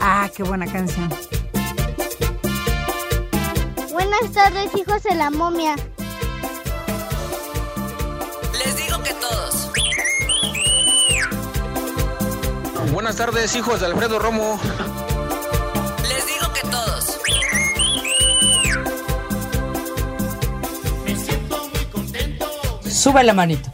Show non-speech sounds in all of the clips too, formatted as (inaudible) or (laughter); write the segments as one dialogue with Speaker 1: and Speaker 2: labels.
Speaker 1: Ah, qué buena canción.
Speaker 2: Buenas tardes, hijos de la momia.
Speaker 3: Les digo que todos.
Speaker 4: Buenas tardes, hijos de Alfredo Romo.
Speaker 3: Les digo que todos.
Speaker 5: Sube la manito.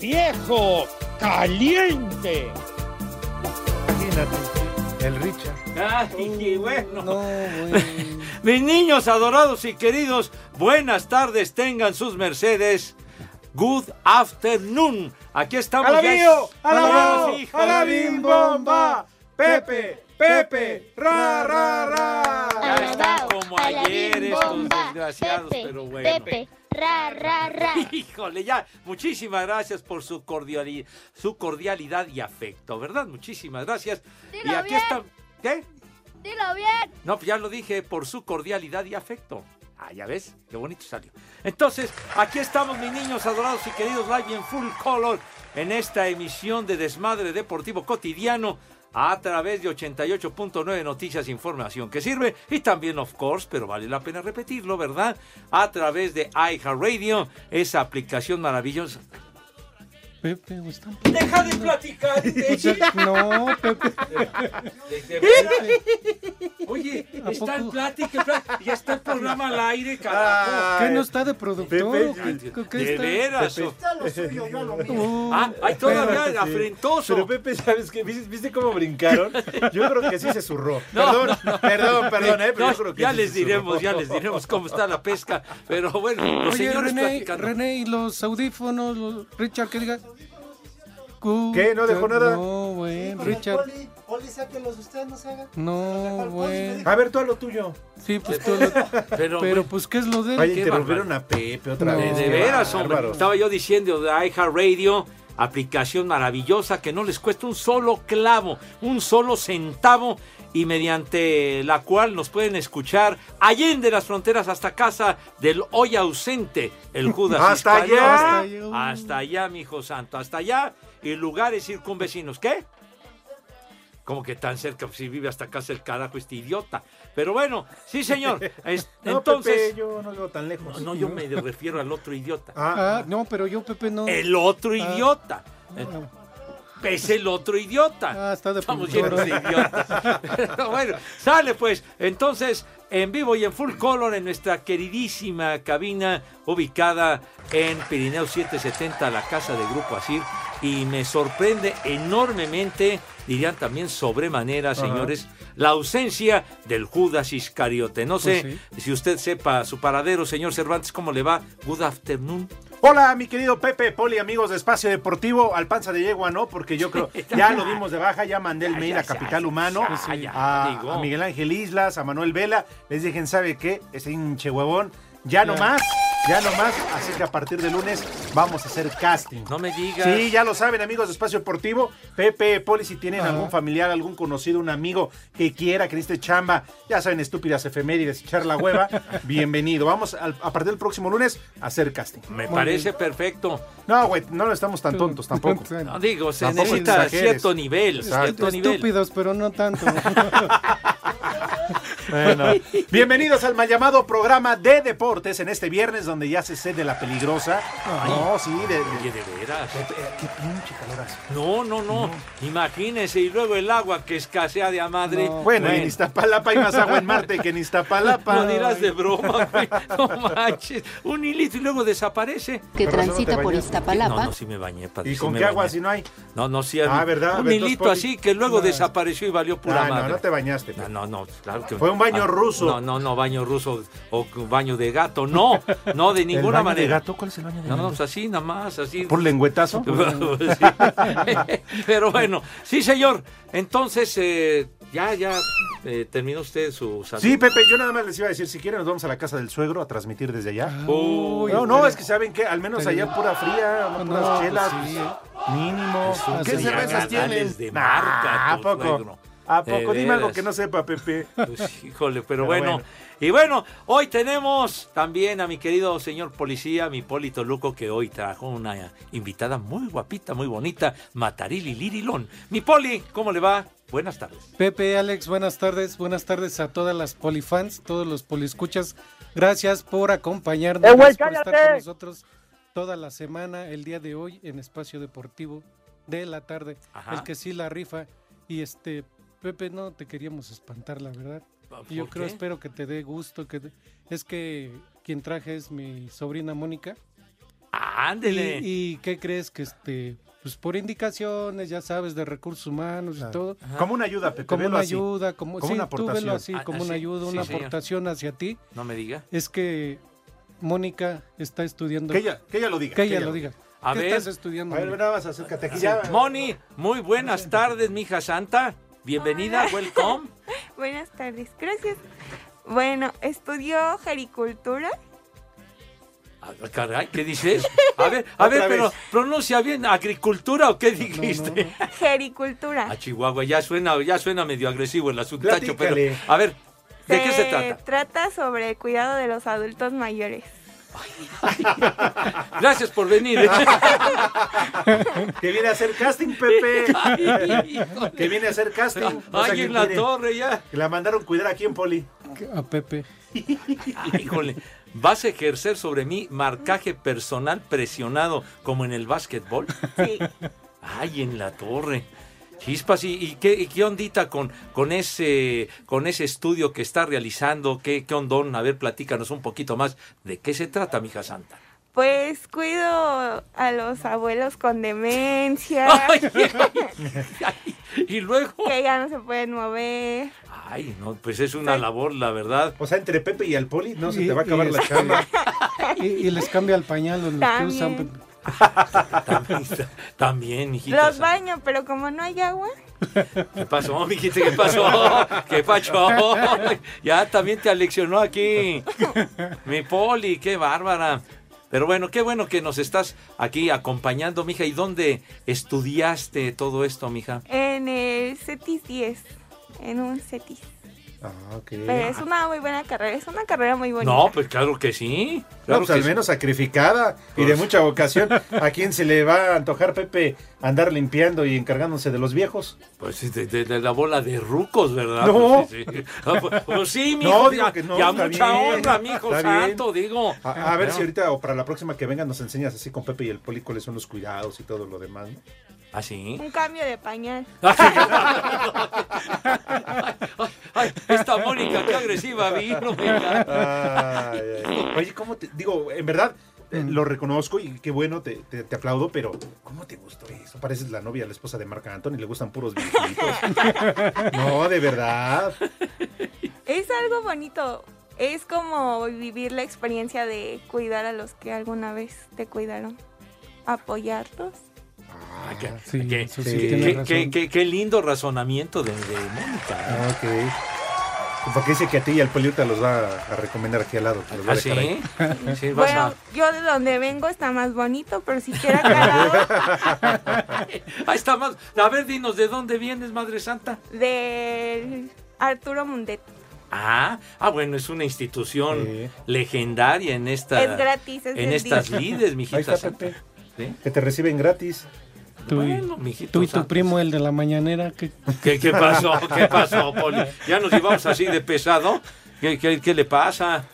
Speaker 6: viejo caliente.
Speaker 7: Imagínate, el Richard.
Speaker 8: Ay, qué bueno. (laughs) Mis niños adorados y queridos, buenas tardes, tengan sus mercedes. Good afternoon. Aquí estamos. ya-
Speaker 6: ¡Alabío!
Speaker 8: Vamos,
Speaker 6: ¡Alabío!
Speaker 8: hijo.
Speaker 6: ¡Alabim bomba! ¡Pepe! ¡Pepe! ¡Ra, ra, ra!
Speaker 8: Ya están como ayer estos desgraciados, pero bueno.
Speaker 2: Pepe, ra, ra, ra.
Speaker 8: (laughs) Híjole, ya, muchísimas gracias por su cordialidad, su cordialidad y afecto, ¿verdad? Muchísimas gracias. y aquí está. ¿Qué?
Speaker 2: Dilo bien.
Speaker 8: No, pues ya lo dije, por su cordialidad y afecto. Ah, ya ves, qué bonito salió. Entonces, aquí estamos, mis niños adorados y queridos, live en full color, en esta emisión de Desmadre Deportivo Cotidiano, a través de 88.9 Noticias, información que sirve, y también, of course, pero vale la pena repetirlo, ¿verdad? A través de iHeartRadio, esa aplicación maravillosa.
Speaker 7: Pepe, pues, tampoco.
Speaker 8: ¡Deja de platicar!
Speaker 9: (laughs)
Speaker 7: No, Pepe.
Speaker 8: De- de verdad. Oye, está en plática, en plática, ya está el programa al aire, carajo.
Speaker 7: ¿Qué no está de productor?
Speaker 8: Pepe,
Speaker 7: ¿O qué-
Speaker 8: de-
Speaker 7: qué
Speaker 8: de
Speaker 7: está?
Speaker 8: veras,
Speaker 7: Pepe.
Speaker 8: o- Ah, ay, todavía
Speaker 9: Espérate, sí.
Speaker 8: afrentoso.
Speaker 9: Pero Pepe, ¿sabes qué? ¿Viste, viste cómo
Speaker 6: (laughs)
Speaker 9: brincaron? Yo creo que sí se zurró.
Speaker 8: No,
Speaker 9: perdón,
Speaker 8: no.
Speaker 9: perdón, perdón, eh, pero
Speaker 8: No,
Speaker 9: yo creo que
Speaker 8: ya
Speaker 9: sí
Speaker 8: les
Speaker 9: se zurró.
Speaker 8: diremos, ya les diremos cómo está la pesca. Pero bueno, los
Speaker 7: Oye,
Speaker 8: señores
Speaker 7: René,
Speaker 8: platican.
Speaker 7: René, ¿y los audífonos? los- Richard, ¿qué diga?
Speaker 9: ¿Qué? ¿No dejó nada?
Speaker 7: No, bueno, Richard.
Speaker 10: Poli, Poli, sáquenlos ustedes, no se hagan.
Speaker 7: No, bueno.
Speaker 9: A ver, tú a lo tuyo.
Speaker 7: Sí, pues tú
Speaker 9: (laughs)
Speaker 7: lo- Pero,
Speaker 9: bueno.
Speaker 7: pues, ¿qué es lo de él?
Speaker 9: Vaya,
Speaker 7: Qué
Speaker 9: interrumpieron
Speaker 7: bárbaro.
Speaker 9: a Pepe otra
Speaker 7: No.
Speaker 9: vez.
Speaker 8: De
Speaker 9: qué
Speaker 8: veras, hombre.
Speaker 9: bárbaro.
Speaker 8: Estaba yo diciendo de iHeartRadio, aplicación maravillosa que no les cuesta un solo clavo, un solo centavo y mediante la cual nos pueden escuchar allende las fronteras hasta casa del hoy ausente, el Judas
Speaker 9: (laughs) ¿Hasta
Speaker 8: Iscariote.
Speaker 9: allá?
Speaker 8: Hasta allá. Hasta allá, mi hijo santo, hasta allá y lugares circunvecinos. ¿Qué? Como que tan cerca, Pues, si vive hasta casa el carajo este idiota. Pero bueno, sí
Speaker 9: (laughs)
Speaker 8: señor. Es-
Speaker 9: No,
Speaker 8: entonces,
Speaker 9: Pepe, yo no vivo tan lejos.
Speaker 8: no, yo me refiero al otro idiota.
Speaker 7: Ah, no, pero yo, Pepe, no.
Speaker 8: El otro
Speaker 7: Ah.
Speaker 8: idiota. Es el otro idiota.
Speaker 7: Ah, está de
Speaker 8: Estamos
Speaker 7: pintor,
Speaker 8: llenos de idiotas. (laughs) Pero bueno, sale pues. Entonces, en vivo y en full color en nuestra queridísima cabina ubicada en Pirineo 770, la casa de Grupo Asir. Y me sorprende enormemente, dirían también sobremanera,
Speaker 9: Ajá.
Speaker 8: señores, la ausencia del Judas Iscariote. No sé
Speaker 9: Pues
Speaker 8: si usted sepa su paradero, señor Cervantes, cómo le va. Good afternoon.
Speaker 9: Hola, mi querido Pepe, Poli, amigos de Espacio Deportivo, al panza de yegua, ¿no? Porque
Speaker 8: (laughs)
Speaker 9: yo creo, ya lo dimos de baja, ya mandé el
Speaker 8: Ya,
Speaker 9: mail
Speaker 8: Ah, ya,
Speaker 9: a Capital
Speaker 8: ya,
Speaker 9: Humano,
Speaker 8: ya,
Speaker 9: sí,
Speaker 8: ya,
Speaker 9: a,
Speaker 8: digo.
Speaker 9: a Miguel Ángel Islas, a Manuel Vela, les dije, ¿sabe qué? Ese hinche huevón, ya nomás, Ya nomás, así que a partir de lunes vamos a hacer casting.
Speaker 8: No me digas.
Speaker 9: Sí, ya lo saben, amigos de Espacio Deportivo. Pepe, Poli, si tienen
Speaker 8: Ajá.
Speaker 9: algún familiar, algún conocido, un amigo que quiera que necesite chamba, ya saben, estúpidas efemérides, echar
Speaker 8: (laughs)
Speaker 9: la hueva, bienvenido. Vamos al- a partir del próximo lunes a hacer casting.
Speaker 8: Me parece perfecto.
Speaker 9: No, güey, no estamos tan tontos tampoco. (laughs)
Speaker 8: No, digo, se
Speaker 9: Tampoco
Speaker 8: necesita
Speaker 9: exageres.
Speaker 8: cierto nivel, cierto nivel. (laughs)
Speaker 7: Estúpidos, pues, pero no
Speaker 9: (laughs)
Speaker 7: tanto.
Speaker 9: Bueno, bienvenidos al mal llamado programa de deportes en este viernes donde ya se cede la peligrosa.
Speaker 8: Ay.
Speaker 9: No, sí, de, de-
Speaker 8: Oye, de veras.
Speaker 9: Eh, qué pinche calor hace.
Speaker 8: No, no, no, Imagínense, y luego el agua que escasea de a madre.
Speaker 9: Bueno, en Iztapalapa hay más agua en Marte que en Iztapalapa.
Speaker 8: No dirás de broma, güey. No manches. Un hilito y luego desaparece.
Speaker 9: Que Pero transita no te por bañaste. Iztapalapa.
Speaker 8: No, no, sí me bañé, padre,
Speaker 9: ¿Y
Speaker 8: sí
Speaker 9: con
Speaker 8: me
Speaker 9: qué agua
Speaker 8: bañé.
Speaker 9: si no hay?
Speaker 8: No, no, sí.
Speaker 9: Ah, ¿verdad?
Speaker 8: Un
Speaker 9: Entonces,
Speaker 8: hilito
Speaker 9: Poli-
Speaker 8: así que luego
Speaker 9: No.
Speaker 8: desapareció y valió pura
Speaker 9: Ah, no,
Speaker 8: madre.
Speaker 9: no te bañaste.
Speaker 8: No, no, no, claro que-
Speaker 9: Fue un baño
Speaker 8: ah,
Speaker 9: ruso.
Speaker 8: No, no, no, baño ruso o un baño de gato. No, no, de ninguna
Speaker 9: ¿El baño de
Speaker 8: manera.
Speaker 9: gato? ¿Cuál es el baño de
Speaker 8: No, no,
Speaker 9: gato?
Speaker 8: pues así, nada más, así.
Speaker 9: ¿Por lengüetazo?
Speaker 8: (laughs) Sí. Pero bueno, sí, señor. Entonces, eh, ya, ya eh, terminó usted su salud.
Speaker 9: Sí, Pepe, yo nada más les iba a decir, si quieren nos vamos a la casa del suegro a transmitir desde allá.
Speaker 8: Uy,
Speaker 9: no,
Speaker 8: pero-
Speaker 9: no, es que saben que al menos allá pura fría, puras
Speaker 8: No,
Speaker 9: chelas,
Speaker 8: pues sí.
Speaker 9: pues, mínimo.
Speaker 8: Eso
Speaker 9: ¿Qué
Speaker 8: sí,
Speaker 9: cervezas
Speaker 8: agradales
Speaker 9: tienen?
Speaker 8: de marca,
Speaker 9: Nah, ¿A
Speaker 8: tu
Speaker 9: poco?
Speaker 8: suegro.
Speaker 9: ¿A
Speaker 8: De
Speaker 9: poco? Dime algo
Speaker 8: veras.
Speaker 9: que no sepa, Pepe.
Speaker 8: (laughs) Pues, híjole, pero,
Speaker 9: Pero
Speaker 8: bueno.
Speaker 9: bueno.
Speaker 8: Y bueno, hoy tenemos también a mi querido señor policía, mi Polito Luco, que hoy trajo una invitada muy guapita, muy bonita, Matarili Lirilón. Mi Poli, ¿cómo le va? Buenas tardes.
Speaker 7: Pepe, Alex, buenas tardes. Buenas tardes a todas las polifans, todos los poliescuchas. Gracias por acompañarnos,
Speaker 5: ¡Eh, güey,
Speaker 7: gracias por estar
Speaker 5: cállate!
Speaker 7: con nosotros toda la semana, el día de hoy, en Espacio Deportivo de la tarde.
Speaker 8: Ajá.
Speaker 7: El que sí la rifa. Y este, Pepe, no te queríamos espantar, la verdad.
Speaker 8: ¿Por
Speaker 7: Y Yo creo,
Speaker 8: qué?
Speaker 7: espero que te dé gusto. que te- Es que quien traje es mi sobrina Mónica.
Speaker 8: Ándele.
Speaker 7: ¿Y, y qué crees que este? Pues por indicaciones, ya sabes, de recursos humanos y todo.
Speaker 9: Ajá. Como una ayuda, Pepe,
Speaker 7: Como
Speaker 9: velo
Speaker 7: una
Speaker 9: así.
Speaker 7: ayuda, como,
Speaker 9: Como
Speaker 7: sí,
Speaker 9: una
Speaker 7: tú velo
Speaker 9: aportación.
Speaker 7: así,
Speaker 8: Ah,
Speaker 7: como una
Speaker 8: sí,
Speaker 7: ayuda,
Speaker 8: sí,
Speaker 7: una
Speaker 8: señor.
Speaker 7: aportación hacia ti.
Speaker 8: No me diga.
Speaker 7: Es que Mónica está estudiando.
Speaker 9: Que ella- que ella lo diga,
Speaker 7: Que
Speaker 9: que
Speaker 7: ella
Speaker 9: ella
Speaker 7: lo
Speaker 9: lo
Speaker 7: diga.
Speaker 8: A
Speaker 7: ¿Qué
Speaker 8: ver.
Speaker 7: estás estudiando?
Speaker 9: A ver,
Speaker 7: Mónica?
Speaker 9: nada más acércate aquí.
Speaker 8: Sí.
Speaker 9: Ya.
Speaker 8: Moni, muy buenas tardes, mi hija santa. Bienvenida, welcome.
Speaker 11: Buenas tardes, gracias. Bueno, estudió jericultura.
Speaker 8: Ah, Caray, ¿qué dices? A ver, a ver,
Speaker 11: Otra
Speaker 8: pero
Speaker 11: vez.
Speaker 8: pronuncia bien, ¿agricultura o qué dijiste?
Speaker 11: Jericultura.
Speaker 8: A Chihuahua, ya suena, ya suena medio agresivo el asunto, Tacho, pero
Speaker 9: Platícale.
Speaker 8: a ver, (laughs) ¿de qué se
Speaker 11: Eh,
Speaker 8: trata?
Speaker 11: trata sobre el cuidado de los adultos mayores.
Speaker 8: Gracias (laughs) por venir. ¿eh?
Speaker 9: (laughs) que viene a hacer casting, Pepe.
Speaker 8: (laughs) Ay, híjole.
Speaker 9: que viene a hacer casting. No
Speaker 11: Pues
Speaker 8: Ay,
Speaker 9: sé
Speaker 8: en
Speaker 9: quién
Speaker 8: la
Speaker 9: quiere.
Speaker 8: torre ya.
Speaker 9: Que la mandaron cuidar aquí en Poli.
Speaker 7: A Pepe.
Speaker 8: Híjole, ¿vas a ejercer sobre mí marcaje personal presionado como en el básquetbol?
Speaker 11: Sí.
Speaker 8: Ay, en la torre. Chispas, ¿y, y qué, y qué ondita con, con, ese, con ese estudio que está realizando? ¿Qué, ¿Qué ondón? A ver, platícanos un poquito más. ¿De qué se trata, mija santa?
Speaker 11: Pues cuido a los abuelos con
Speaker 8: (laughs)
Speaker 11: demencia.
Speaker 8: Y luego...
Speaker 11: Que ya no se pueden mover.
Speaker 8: Ay, no, pues es una labor, la verdad.
Speaker 9: O sea, entre Pepe y el Poli, no se
Speaker 7: Y-
Speaker 9: te va a acabar
Speaker 7: y
Speaker 9: la
Speaker 7: este,
Speaker 9: chamba.
Speaker 7: Y, y les cambia el pañal los que
Speaker 11: También.
Speaker 7: usan. Pepe.
Speaker 8: También, mijita.
Speaker 11: Los baño, pero como no hay agua,
Speaker 8: ¿Qué pasó, (laughs) mijita? ¿Qué pasó? ¿Qué pasó? (laughs) Ya también te aleccionó
Speaker 9: (laughs)
Speaker 8: aquí. Mi poli, qué bárbara. Pero bueno, qué bueno que nos estás aquí acompañando, mija. ¿Y dónde estudiaste todo esto, mija?
Speaker 11: en el CETIS 10. En un CETIS.
Speaker 9: Ah, ok.
Speaker 11: Pero es una muy buena carrera, es una carrera muy bonita.
Speaker 8: Eh, No, pues claro que sí. Claro
Speaker 9: No, pues
Speaker 8: que
Speaker 9: al
Speaker 8: sí. Pues.
Speaker 9: menos sacrificada y de
Speaker 8: (laughs)
Speaker 9: mucha vocación. ¿A quién se le va a antojar, Pepe, andar limpiando y encargándose de los viejos?
Speaker 8: Pues de, de- de la bola de rucos, ¿verdad?
Speaker 9: No.
Speaker 8: Pues sí, sí. Ah, pues- pues sí, mijo.
Speaker 9: (laughs) No, digo
Speaker 8: ya,
Speaker 9: que no,
Speaker 8: ya
Speaker 9: está
Speaker 8: mucha
Speaker 9: bien,
Speaker 8: honra, mijo
Speaker 9: está bien.
Speaker 8: santo, digo. Ah,
Speaker 9: A, a ver si
Speaker 8: Bueno.
Speaker 9: ahorita o para la próxima que venga nos enseñas así con Pepe y el Poli cuáles son los cuidados y todo lo demás. ¿no?
Speaker 8: ¿Ah, sí?
Speaker 11: Un cambio de
Speaker 8: (laughs)
Speaker 11: pañal.
Speaker 8: Ay, esta Mónica, qué agresiva vino, venga.
Speaker 9: Ay, ay. Oye, ¿cómo te...? Digo, en verdad, eh, lo reconozco y qué bueno, te, te- te aplaudo, pero ¿cómo te gustó eso? Pareces la novia, la esposa de Marc Anthony, le gustan puros viejitos. no, de verdad.
Speaker 11: Es algo bonito. Es como vivir la experiencia de cuidar a los que alguna vez te cuidaron. Apoyarlos.
Speaker 8: Ah, qué,
Speaker 7: Sí,
Speaker 8: qué-
Speaker 7: eso sí,
Speaker 8: qué-
Speaker 7: tiene
Speaker 8: qué-
Speaker 7: razón.
Speaker 8: qué- qué- qué lindo razonamiento de, de Mónica. ¿eh?
Speaker 9: Ah, ok. Porque dice que a ti y al Poliuta los va a recomendar aquí al lado. que los va a
Speaker 8: ¿Ah, sí?
Speaker 9: dejar ahí.
Speaker 8: Sí, vas
Speaker 11: Bueno, yo de donde vengo está más bonito, pero si
Speaker 8: (laughs)
Speaker 11: quiera aclarado
Speaker 8: (laughs) Ahí está más. A ver, dinos, ¿de dónde vienes, Madre Santa?
Speaker 11: del Arturo Mundet.
Speaker 8: Ah, ah bueno, es una institución legendaria en esta.
Speaker 11: Es gratis, es
Speaker 8: En
Speaker 11: del
Speaker 8: estas
Speaker 11: día.
Speaker 8: lides,
Speaker 9: Ahí
Speaker 8: mijita
Speaker 9: está
Speaker 8: santa. ¿Sí?
Speaker 9: Que te reciben gratis.
Speaker 7: Tú, y- tú y tu primo, el de la mañanera. Que...
Speaker 8: ¿Qué, qué pasó? ¿Qué pasó, Poli? ¿Ya nos llevamos así de pesado? ¿Qué, qué- qué le pasa?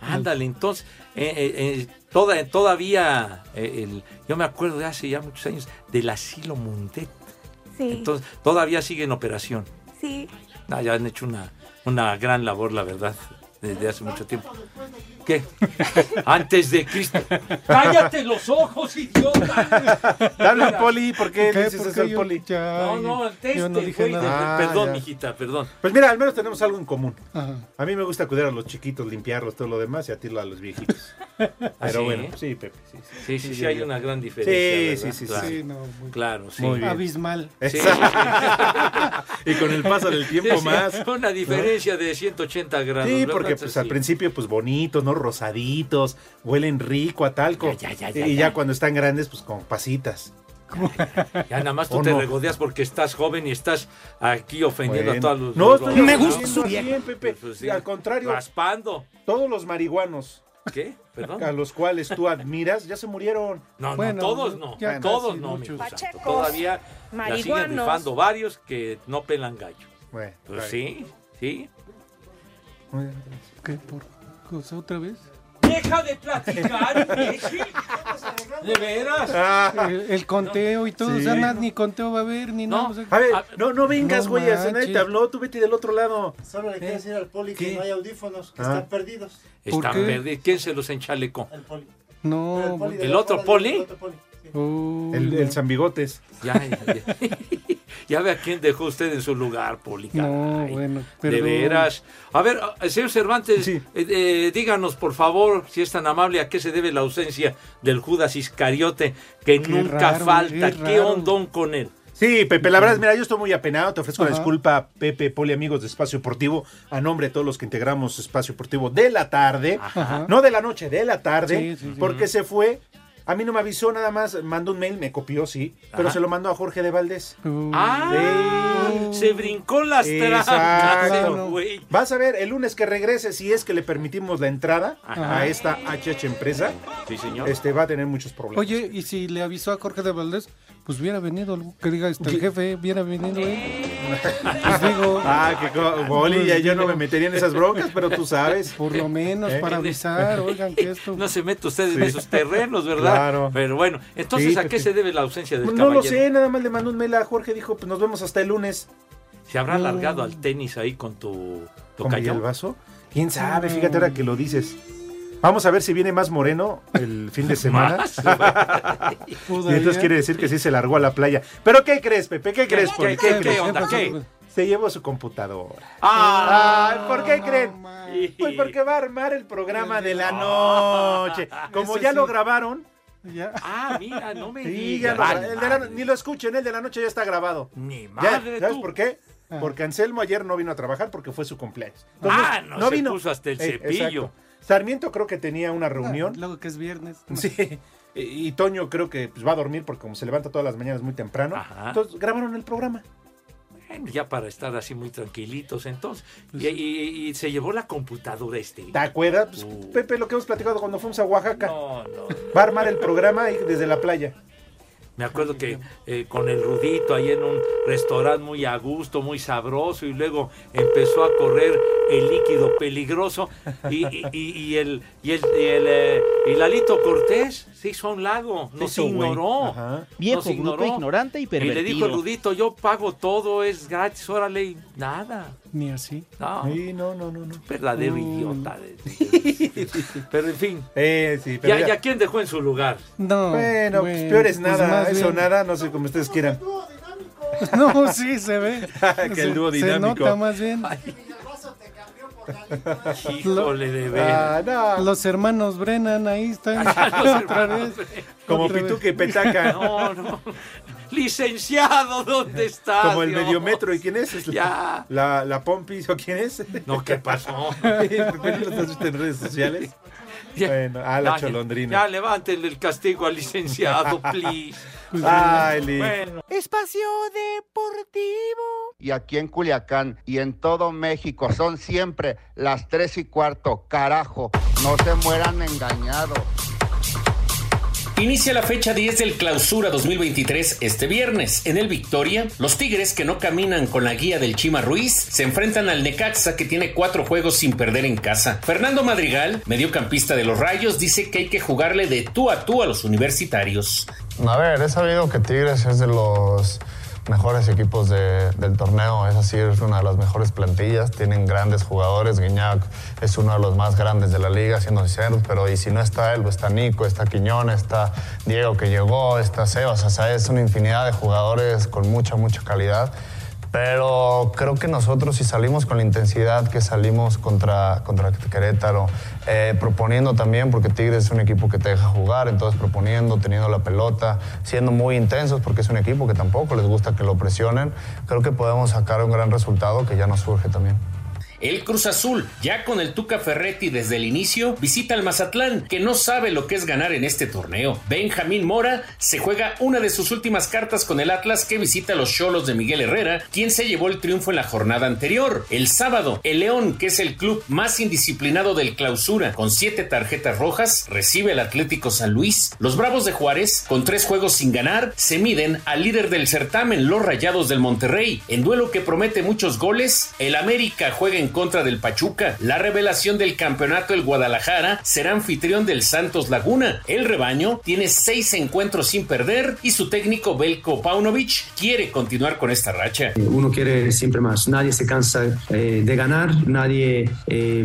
Speaker 8: Ándale, entonces, eh, eh, eh, toda, todavía, eh, el- yo me acuerdo de hace ya muchos años, del asilo Mundet.
Speaker 11: Sí,
Speaker 8: Entonces, todavía sigue en operación.
Speaker 11: sí.
Speaker 8: No, ya han hecho una, una gran labor, la verdad, desde hace mucho tiempo. ¿Qué? Antes de Cristo. ¡Cállate los ojos, idiota!
Speaker 9: Dale al Poli, ¿por qué,
Speaker 7: ¿Qué?
Speaker 9: le dices
Speaker 7: ¿Por
Speaker 9: eso
Speaker 7: qué
Speaker 9: al
Speaker 7: yo-
Speaker 9: Poli?
Speaker 7: ya,
Speaker 8: No, no, este,
Speaker 7: yo no dije
Speaker 8: güey,
Speaker 7: nada.
Speaker 9: nada.
Speaker 8: de- de- perdón,
Speaker 9: Ah, ya.
Speaker 8: mijita, perdón.
Speaker 9: Pues mira, al menos tenemos algo en común.
Speaker 7: Ajá.
Speaker 9: A mí me gusta cuidar a los chiquitos, limpiarlos, todo lo demás, y a ti a los
Speaker 8: (laughs)
Speaker 9: viejitos.
Speaker 8: ¿Ah,
Speaker 9: Pero
Speaker 8: sí?
Speaker 9: bueno, sí, Pepe. Sí, sí,
Speaker 8: Sí, sí, sí, hay
Speaker 9: yo-
Speaker 8: una gran diferencia.
Speaker 9: Sí,
Speaker 8: ¿verdad?
Speaker 9: sí, sí,
Speaker 8: Claro.
Speaker 9: sí.
Speaker 7: Sí, no, muy-
Speaker 8: Claro, sí.
Speaker 9: Muy bien.
Speaker 7: Abismal.
Speaker 8: Sí.
Speaker 9: (laughs) Y con el paso del tiempo
Speaker 8: Sí, sí,
Speaker 9: más.
Speaker 8: (laughs) Una diferencia de 180 grados.
Speaker 9: Sí,
Speaker 8: ¿verdad?
Speaker 9: porque pues
Speaker 8: Sí.
Speaker 9: al principio pues bonitos, ¿no? Rosaditos, huelen rico a talco.
Speaker 8: Ya, ya, ya, ya,
Speaker 9: y
Speaker 8: ya.
Speaker 9: ya, cuando están grandes pues con pasitas.
Speaker 8: Ya nada más tú
Speaker 9: ¿O
Speaker 8: te
Speaker 9: no?
Speaker 8: regodeas porque estás joven y estás aquí ofendiendo
Speaker 9: Bueno.
Speaker 8: a todos los.
Speaker 9: No,
Speaker 8: los-
Speaker 9: estoy
Speaker 8: los-
Speaker 9: ofendiendo
Speaker 8: los-
Speaker 9: a alguien, Pepe.
Speaker 8: Pues, sí.
Speaker 9: Al contrario,
Speaker 8: Raspando.
Speaker 9: todos los marihuanos
Speaker 8: ¿Qué? ¿Perdón?
Speaker 9: a los cuales tú admiras ya se murieron.
Speaker 8: No,
Speaker 7: Bueno,
Speaker 8: no, todos no.
Speaker 7: ya
Speaker 8: todos
Speaker 7: casi
Speaker 8: no, mi
Speaker 7: muchos.
Speaker 8: santo.
Speaker 1: Pachecos,
Speaker 8: Todavía la siguen
Speaker 1: marihuanos.
Speaker 8: rifando varios que no pelan gallo.
Speaker 9: Bueno,
Speaker 8: Pues
Speaker 9: está
Speaker 8: sí,
Speaker 9: bien.
Speaker 8: sí.
Speaker 7: ¿Qué por cosa otra vez?
Speaker 8: Deja de platicar, (laughs) imbécil. ¿De veras?
Speaker 7: Ah, El, el conteo y todo, o sea,
Speaker 9: Ah. Sí.
Speaker 7: nada, ni conteo va a haber, ni nada. o
Speaker 10: pues,
Speaker 7: sea, ah,
Speaker 9: A ver,
Speaker 10: ah,
Speaker 8: A-
Speaker 9: no, no vengas,
Speaker 7: No
Speaker 9: güey, a cenar y
Speaker 7: manches.
Speaker 9: te habló, tú vete del otro lado. ¿Eh?
Speaker 10: Solo le quiero decir al poli
Speaker 8: ¿Qué?
Speaker 10: que no hay audífonos, que
Speaker 9: Ah.
Speaker 10: están perdidos.
Speaker 7: ¿Por
Speaker 8: Están
Speaker 7: qué?
Speaker 8: perdidos. ¿Quién se los enchalecó?
Speaker 10: El poli.
Speaker 7: no,
Speaker 10: poli de
Speaker 8: ¿El
Speaker 10: la
Speaker 8: otro
Speaker 10: bola,
Speaker 8: poli?
Speaker 10: el otro sí.
Speaker 7: oh,
Speaker 9: El,
Speaker 7: ya.
Speaker 9: el San Bigotes.
Speaker 8: Ya, ya, ya. (laughs) Ya ve a quién dejó usted en su lugar, Poli.
Speaker 7: No,
Speaker 8: caray.
Speaker 7: bueno,
Speaker 8: De
Speaker 7: perdón.
Speaker 8: veras. A ver, ah, señor Cervantes,
Speaker 9: Sí.
Speaker 8: eh, eh, díganos, por favor, si es tan amable, a qué se debe la ausencia del Judas Iscariote, que
Speaker 7: Qué
Speaker 8: nunca
Speaker 7: raro,
Speaker 8: falta.
Speaker 7: qué
Speaker 8: Qué,
Speaker 7: raro.
Speaker 8: hondón con él.
Speaker 9: Sí, Pepe, la verdad,
Speaker 8: (laughs)
Speaker 9: mira, yo estoy muy apenado. Te ofrezco una
Speaker 7: Ajá.
Speaker 9: disculpa, Pepe Poli, amigos de Espacio Deportivo, a nombre de todos los que integramos Espacio Deportivo de la tarde.
Speaker 7: Ajá.
Speaker 9: No de la noche, de la
Speaker 7: Sí,
Speaker 9: tarde.
Speaker 7: sí, sí.
Speaker 9: porque se fue. A mí no me avisó nada más. Mandó un mail, me copió, sí. Pero
Speaker 8: Ajá.
Speaker 9: se lo mandó a Jorge de Valdés.
Speaker 7: Oh,
Speaker 8: ¡Ah!
Speaker 7: sí.
Speaker 8: Se brincó las
Speaker 9: Exacto.
Speaker 8: trampas, güey.
Speaker 9: Vas a ver el lunes que regrese, si es que le permitimos la entrada
Speaker 8: Ajá.
Speaker 9: a esta HH empresa,
Speaker 8: Sí, señor.
Speaker 9: este va a tener muchos problemas.
Speaker 7: Oye, y si le avisó a Jorge de Valdés, pues hubiera venido, que diga, este, el jefe, hubiera venido él. Pues digo,
Speaker 9: Ah, que co- Poli, ya yo no me metería en esas broncas, pero tú sabes.
Speaker 7: por lo menos
Speaker 9: Eh.
Speaker 7: para avisar,
Speaker 9: (laughs)
Speaker 7: oigan, que esto...
Speaker 8: No se mete usted en
Speaker 9: Sí.
Speaker 8: esos terrenos, ¿verdad?
Speaker 9: Claro.
Speaker 8: Pero bueno, entonces,
Speaker 9: Sí,
Speaker 8: ¿a qué
Speaker 9: Pepe. Pues
Speaker 8: se debe la ausencia del
Speaker 9: No
Speaker 8: caballero?
Speaker 9: lo sé, nada más le mandó un mail a Jorge, dijo, pues nos vemos hasta el lunes.
Speaker 8: ¿Se habrá alargado al tenis ahí con tu
Speaker 9: ¿Con el
Speaker 8: tocayo? (laughs)
Speaker 9: vaso? ¿Quién sabe? Fíjate ahora que lo dices. Vamos a ver si viene más moreno el (laughs) fin de semana.
Speaker 8: Más, güey. (laughs)
Speaker 9: (laughs) Y
Speaker 7: pudo
Speaker 9: entonces
Speaker 7: ir.
Speaker 9: quiere decir que sí se largó a la playa. ¿Pero qué crees, Pepe? ¿Qué crees,
Speaker 8: ¿Qué, qué,
Speaker 9: Poli? ¿Qué
Speaker 8: qué
Speaker 9: crees?
Speaker 8: onda? ¿Qué?
Speaker 9: Se llevó su computadora.
Speaker 8: Ah,
Speaker 9: Ay, ¿por qué
Speaker 7: No,
Speaker 9: creen?
Speaker 7: man.
Speaker 9: Pues porque va a armar el programa de la noche. Como
Speaker 7: Eso
Speaker 9: ya lo
Speaker 7: sí.
Speaker 9: grabaron,
Speaker 7: Ya.
Speaker 8: Ah, mira, no me
Speaker 9: sí, ya
Speaker 8: digas.
Speaker 9: lo
Speaker 8: Ay,
Speaker 9: gra- el de la-
Speaker 8: madre.
Speaker 9: ni lo escuchen, el de la noche ya está grabado.
Speaker 8: Ni
Speaker 9: Ya,
Speaker 8: madre
Speaker 9: ¿Sabes
Speaker 8: tú.
Speaker 9: por qué?
Speaker 7: Ah.
Speaker 9: Porque Anselmo ayer no vino a trabajar porque fue su cumpleaños.
Speaker 8: Ah, no, se puso hasta el cepillo.
Speaker 9: Eh, exacto. Sarmiento creo que tenía una
Speaker 7: Ah,
Speaker 9: reunión.
Speaker 7: Luego que es viernes. no.
Speaker 9: (laughs) Sí. Y y Toño creo que pues, va a dormir porque como se levanta todas las mañanas muy temprano.
Speaker 8: Ajá.
Speaker 9: Entonces grabaron el programa.
Speaker 8: Bueno, Ya para estar así muy tranquilitos entonces. Y, y- y se llevó la computadora este.
Speaker 9: ¿Te acuerdas? Pues,
Speaker 8: Uh.
Speaker 9: Pepe, lo que hemos platicado cuando fuimos a Oaxaca.
Speaker 8: No, no.
Speaker 9: Va a armar el programa ahí desde la playa.
Speaker 8: Me acuerdo que eh, con el Rudito ahí en un restaurante muy a gusto, muy sabroso, y luego empezó a correr el líquido peligroso y, (laughs) y- y- y el, y, el, y el, eh, y Lalito Cortés se hizo a un lado, nos
Speaker 9: Eso, güey.
Speaker 8: ignoró.
Speaker 9: Ajá.
Speaker 5: Viejo,
Speaker 8: nos
Speaker 5: bruto, ignorante y
Speaker 8: Y le dijo
Speaker 5: pervertido.
Speaker 8: el Rudito, yo pago todo, es gratis, órale, y nada.
Speaker 7: Ni así. (laughs)
Speaker 8: No,
Speaker 9: Sí, no, no, no, no.
Speaker 8: verdadero
Speaker 7: Mm.
Speaker 8: idiota.
Speaker 9: (laughs)
Speaker 8: de- de- de- pero en fin,
Speaker 9: Eh, sí, pero
Speaker 8: ya,
Speaker 9: ya-
Speaker 8: ya quién dejó en su lugar.
Speaker 7: No.
Speaker 9: Bueno, pues peor es nada, eso nada, no sé como ustedes quieran.
Speaker 10: Dúo dinámico.
Speaker 7: No, sí, se ve.
Speaker 9: (laughs) Que el dúo
Speaker 7: Se-
Speaker 9: dinámico.
Speaker 7: Se nota más bien.
Speaker 10: Villalbazo te cambió por la licuadora.
Speaker 8: Híjole de veras.
Speaker 9: Ah, no.
Speaker 7: Los hermanos Brennan ahí
Speaker 8: (laughs)
Speaker 7: están.
Speaker 8: Los
Speaker 7: otra
Speaker 8: hermanos
Speaker 7: vez.
Speaker 8: Brennan.
Speaker 9: Como
Speaker 7: otra vez.
Speaker 9: (laughs) pituque y petaca.
Speaker 8: No, no. Licenciado, ¿dónde está?
Speaker 9: Como el
Speaker 8: Dios?
Speaker 9: mediometro. ¿Y quién es? ¿Es
Speaker 8: Ya.
Speaker 9: (laughs) la, la, la Pompis o quién es?
Speaker 8: No, ¿qué pasó?
Speaker 9: (laughs) Pepe, ¿Lo has visto en redes sociales? Bueno, a Ah, la
Speaker 8: Ya,
Speaker 9: cholondrina.
Speaker 8: Ya levántenle el castigo al
Speaker 9: (laughs)
Speaker 8: licenciado, please.
Speaker 9: Ay, Lee.
Speaker 8: Bueno,
Speaker 5: Espacio Deportivo.
Speaker 12: Y aquí en Culiacán y en todo México son siempre las tres y cuarto. Carajo, no se mueran engañados.
Speaker 13: Inicia la fecha 10 del clausura 2023 este viernes. En el Victoria, los Tigres que no caminan con la guía del Chima Ruiz se enfrentan al Necaxa que tiene cuatro juegos sin perder en casa. Fernando Madrigal, mediocampista de los Rayos, dice que hay que jugarle de tú a tú a los universitarios.
Speaker 14: A ver, he sabido que Tigres es de los mejores equipos de- del torneo, es así, es una de las mejores plantillas, tienen grandes jugadores, Guiñac es uno de los más grandes de la liga, siendo sinceros, pero y si no está él, pues está Nico, está Quiñón, está Diego que llegó, está Sebas, o sea, es una infinidad de jugadores con mucha, mucha calidad. Pero creo que nosotros si salimos con la intensidad que salimos contra, contra Querétaro, eh, proponiendo también, porque Tigres es un equipo que te deja jugar, entonces proponiendo, teniendo la pelota, siendo muy intensos, porque es un equipo que tampoco les gusta que lo presionen, creo que podemos sacar un gran resultado que ya nos surge también.
Speaker 13: El Cruz Azul, ya con el Tuca Ferretti desde el inicio, visita al Mazatlán, que no sabe lo que es ganar en este torneo. Benjamín Mora se juega una de sus últimas cartas con el Atlas, que visita a los Cholos de Miguel Herrera, quien se llevó el triunfo en la jornada anterior. El sábado, el León, que es el club más indisciplinado del clausura, con siete tarjetas rojas, recibe al Atlético San Luis. Los Bravos de Juárez, con tres juegos sin ganar, se miden al líder del certamen, los Rayados del Monterrey. En duelo que promete muchos goles, el América juega en contra del Pachuca. La revelación del campeonato el Guadalajara será anfitrión del Santos Laguna. El rebaño tiene seis encuentros sin perder y su técnico Belko Paunovic quiere continuar con esta racha.
Speaker 15: Uno quiere siempre más. Nadie se cansa eh, de ganar, nadie, eh,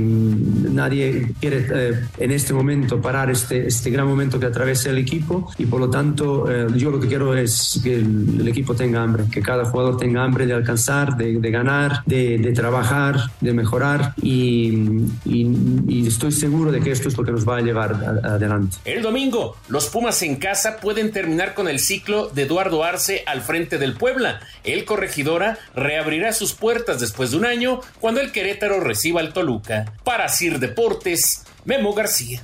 Speaker 15: nadie quiere eh, en este momento parar este, este gran momento que atraviesa el equipo y por lo tanto eh, yo lo que quiero es que el, el equipo tenga hambre, que cada jugador tenga hambre de alcanzar, de, de ganar, de, de trabajar, de mejorar y, y- y estoy seguro de que esto es lo que nos va a llevar a- adelante.
Speaker 13: El domingo, los Pumas en casa pueden terminar con el ciclo de Eduardo Arce al frente del Puebla. El Corregidora reabrirá sus puertas después de un año cuando el Querétaro reciba al Toluca. Para Sir Deportes, Memo García.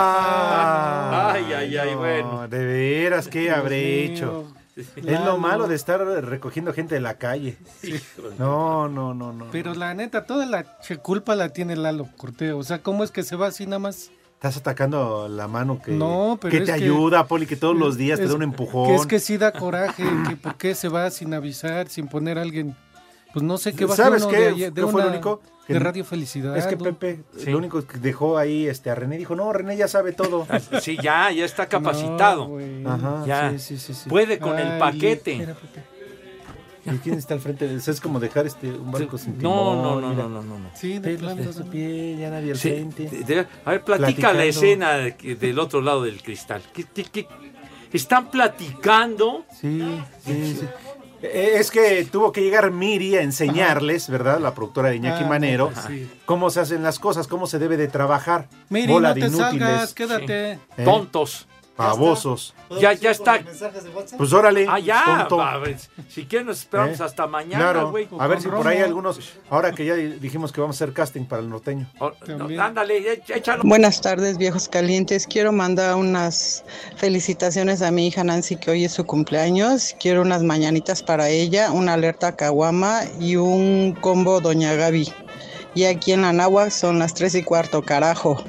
Speaker 9: Ah,
Speaker 8: Ay, ay, ay, bueno.
Speaker 9: De veras, ¿qué habré hecho? Es lo
Speaker 7: Lalo.
Speaker 9: malo de estar recogiendo gente de la calle. No, no, no, no.
Speaker 7: Pero la neta, toda la che- culpa la tiene Lalo Corteo. O sea, ¿cómo es que se va así nada más?
Speaker 9: Estás atacando la mano que,
Speaker 7: No, pero
Speaker 9: que
Speaker 7: es
Speaker 9: te
Speaker 7: que-
Speaker 9: ayuda, Poli, que todos los días te
Speaker 7: Es-
Speaker 9: da un empujón.
Speaker 7: Que es que sí da coraje, que por qué se va sin avisar, sin poner a alguien. Pues no sé qué va
Speaker 9: ¿Sabes
Speaker 7: uno
Speaker 9: qué?
Speaker 7: de ayer- de
Speaker 9: ¿Qué fue lo
Speaker 7: una-
Speaker 9: único? Que-
Speaker 7: De Radio Felicidad.
Speaker 9: Es que
Speaker 7: ¿no?
Speaker 9: Pepe, lo único que dejó ahí este, a René, dijo, no, René ya
Speaker 8: (laughs)
Speaker 9: sabe todo.
Speaker 8: Sí, ya, ya está capacitado.
Speaker 9: Ajá,
Speaker 8: ya.
Speaker 9: sí, sí, sí, sí.
Speaker 8: Puede con el
Speaker 9: Ay,
Speaker 8: paquete.
Speaker 9: espera, ¿Y quién está al frente? de- Es como dejar este, un barco sin
Speaker 8: No,
Speaker 9: timón.
Speaker 8: no, no,
Speaker 9: mira.
Speaker 8: no, no, no, no.
Speaker 7: Sí, de
Speaker 9: Pelos
Speaker 7: plano,
Speaker 9: de su
Speaker 7: ¿no?
Speaker 9: pie, ya nadie al
Speaker 8: Sí,
Speaker 9: frente.
Speaker 8: de- de- a ver, platica
Speaker 9: Platicando.
Speaker 8: la escena de- que- del otro lado del cristal. ¿Qué- qué- qué? Están platicando.
Speaker 9: Sí, sí, sí. Eh, Es que tuvo que llegar Miri a enseñarles, ¿verdad? La productora de Iñaki
Speaker 7: Ah, no,
Speaker 9: Manero,
Speaker 7: pues sí.
Speaker 9: cómo se hacen las cosas, cómo se debe de trabajar.
Speaker 7: Miri,
Speaker 9: Bola
Speaker 7: no
Speaker 9: de
Speaker 7: te
Speaker 9: inútiles.
Speaker 7: salgas, quédate.
Speaker 9: ¿Eh?
Speaker 8: Tontos.
Speaker 9: Pavosos.
Speaker 8: Ya, ya está.
Speaker 9: Pues órale,
Speaker 8: Ah, ya.
Speaker 9: tonto.
Speaker 8: A ver, si quieren nos esperamos
Speaker 9: ¿Eh?
Speaker 8: hasta mañana,
Speaker 9: Claro,
Speaker 8: güey.
Speaker 9: a ver si por ahí algunos, ahora que ya dijimos que vamos a hacer casting para el norteño.
Speaker 8: Oh, No, ándale, éch- échalo.
Speaker 16: Buenas tardes, viejos calientes. Quiero mandar unas felicitaciones a mi hija Nancy, que hoy es su cumpleaños. Quiero unas mañanitas para ella, una alerta caguama y un combo Doña Gaby. Y aquí en la Nahua son las tres y cuarto, carajo.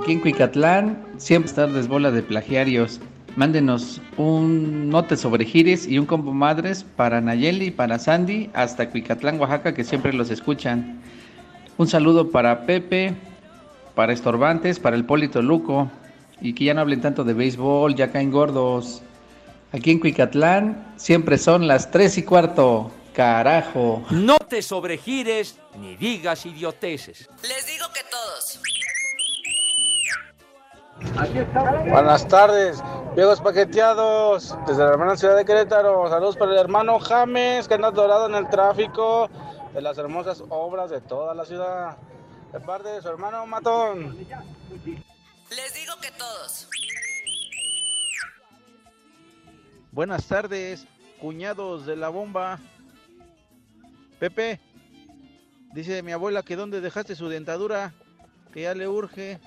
Speaker 17: Aquí en Cuicatlán, siempre tardes bola de plagiarios. Mándenos un note sobre gires y un combo madres para Nayeli y para Sandy hasta Cuicatlán, Oaxaca, que siempre los escuchan. Un saludo para Pepe, para Estorbantes, para el Polito Luco. Y que ya no hablen tanto de béisbol, ya caen gordos. Aquí en Cuicatlán siempre son las 3 y cuarto. Carajo.
Speaker 8: No te sobregires ni digas idioteces.
Speaker 3: Les digo que todos.
Speaker 18: Buenas tardes.
Speaker 19: Viejos paqueteados, desde la hermana ciudad de Querétaro, saludos para el hermano James, que anda dorado en el tráfico de las hermosas obras de toda la ciudad. De parte de su hermano Matón.
Speaker 3: Les digo que todos.
Speaker 20: Buenas tardes, cuñados de la bomba. Pepe, dice mi abuela que dónde dejaste su dentadura, que ya le urge.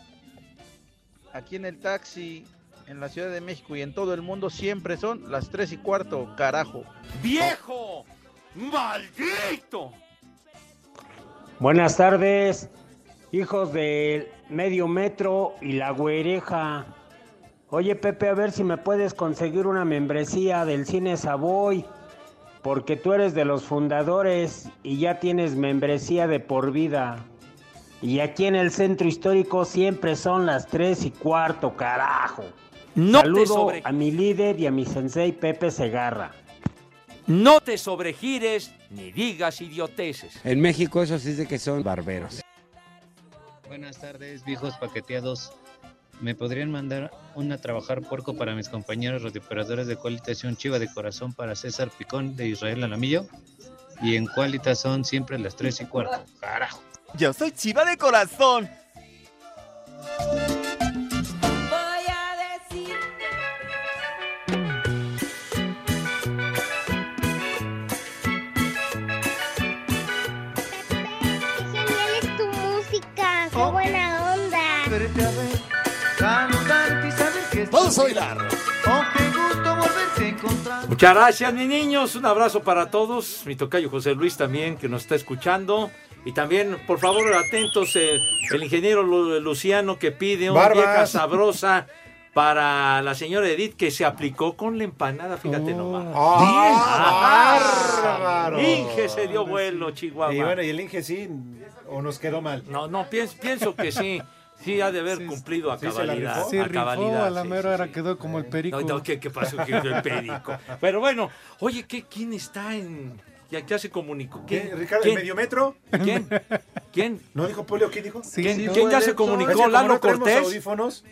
Speaker 20: Aquí en el taxi, en la Ciudad de México y en todo el mundo siempre son las tres y cuarto, carajo.
Speaker 8: ¡Viejo! ¡Maldito!
Speaker 21: Buenas tardes, hijos del medio metro y la güereja. Oye Pepe, a ver si me puedes conseguir una membresía del cine Savoy, porque tú eres de los fundadores y ya tienes membresía de por vida. Y aquí en el centro histórico siempre son las tres y cuarto, carajo.
Speaker 8: No te
Speaker 21: Saludo
Speaker 8: sobre-
Speaker 21: a mi líder y a mi sensei Pepe Segarra.
Speaker 8: No te sobregires ni digas idioteces.
Speaker 22: En México eso sí es de que son barberos.
Speaker 23: Buenas tardes, viejos paqueteados. ¿Me podrían mandar una trabajar puerco para mis compañeros radioperadores de Cualitación Chiva de Corazón para César Picón de Israel Alamillo? Y en Cualitas son siempre las tres y cuarto. ¡Carajo!
Speaker 24: Yo soy chiva de corazón.
Speaker 3: Voy a decir.
Speaker 2: Genial es tu música. Qué buena onda.
Speaker 8: Vamos a bailar. Muchas gracias, mis niños. Un abrazo para todos. Mi tocayo José Luis también, que nos está escuchando. Y también, por favor, atentos, eh, el ingeniero Lu- Luciano que pide una
Speaker 9: Barbas.
Speaker 8: vieja sabrosa para la señora Edith, que se aplicó con la empanada, fíjate nomás.
Speaker 9: Oh. ¡Ah, bárbaro!
Speaker 8: Inge se dio vuelo, Chihuahua.
Speaker 9: Y bueno, y el Inge sí, o nos quedó mal.
Speaker 8: No, no, pienso, pienso que sí. Sí, ha de haber cumplido a
Speaker 9: sí, se la
Speaker 8: cabalidad.
Speaker 9: rifó.
Speaker 7: Se
Speaker 8: a
Speaker 7: rifó,
Speaker 8: cabalidad,
Speaker 7: a la
Speaker 8: sí,
Speaker 7: mera hora quedó como
Speaker 9: ¿Eh?
Speaker 7: el perico.
Speaker 8: No, no, ¿qué, qué pasó? ¿Qué, qué
Speaker 9: (laughs)
Speaker 8: perico? Pero bueno, oye, ¿qué, ¿quién está en...? Ya, ya se comunicó.
Speaker 9: ¿Qué, Ricardo, el medio metro?
Speaker 8: ¿Quién? ¿Quién?
Speaker 9: ¿No dijo Polio? ¿Qué dijo?
Speaker 8: ¿Quién- quién ya se comunicó? ¿Lalo Cortés?
Speaker 9: audífonos?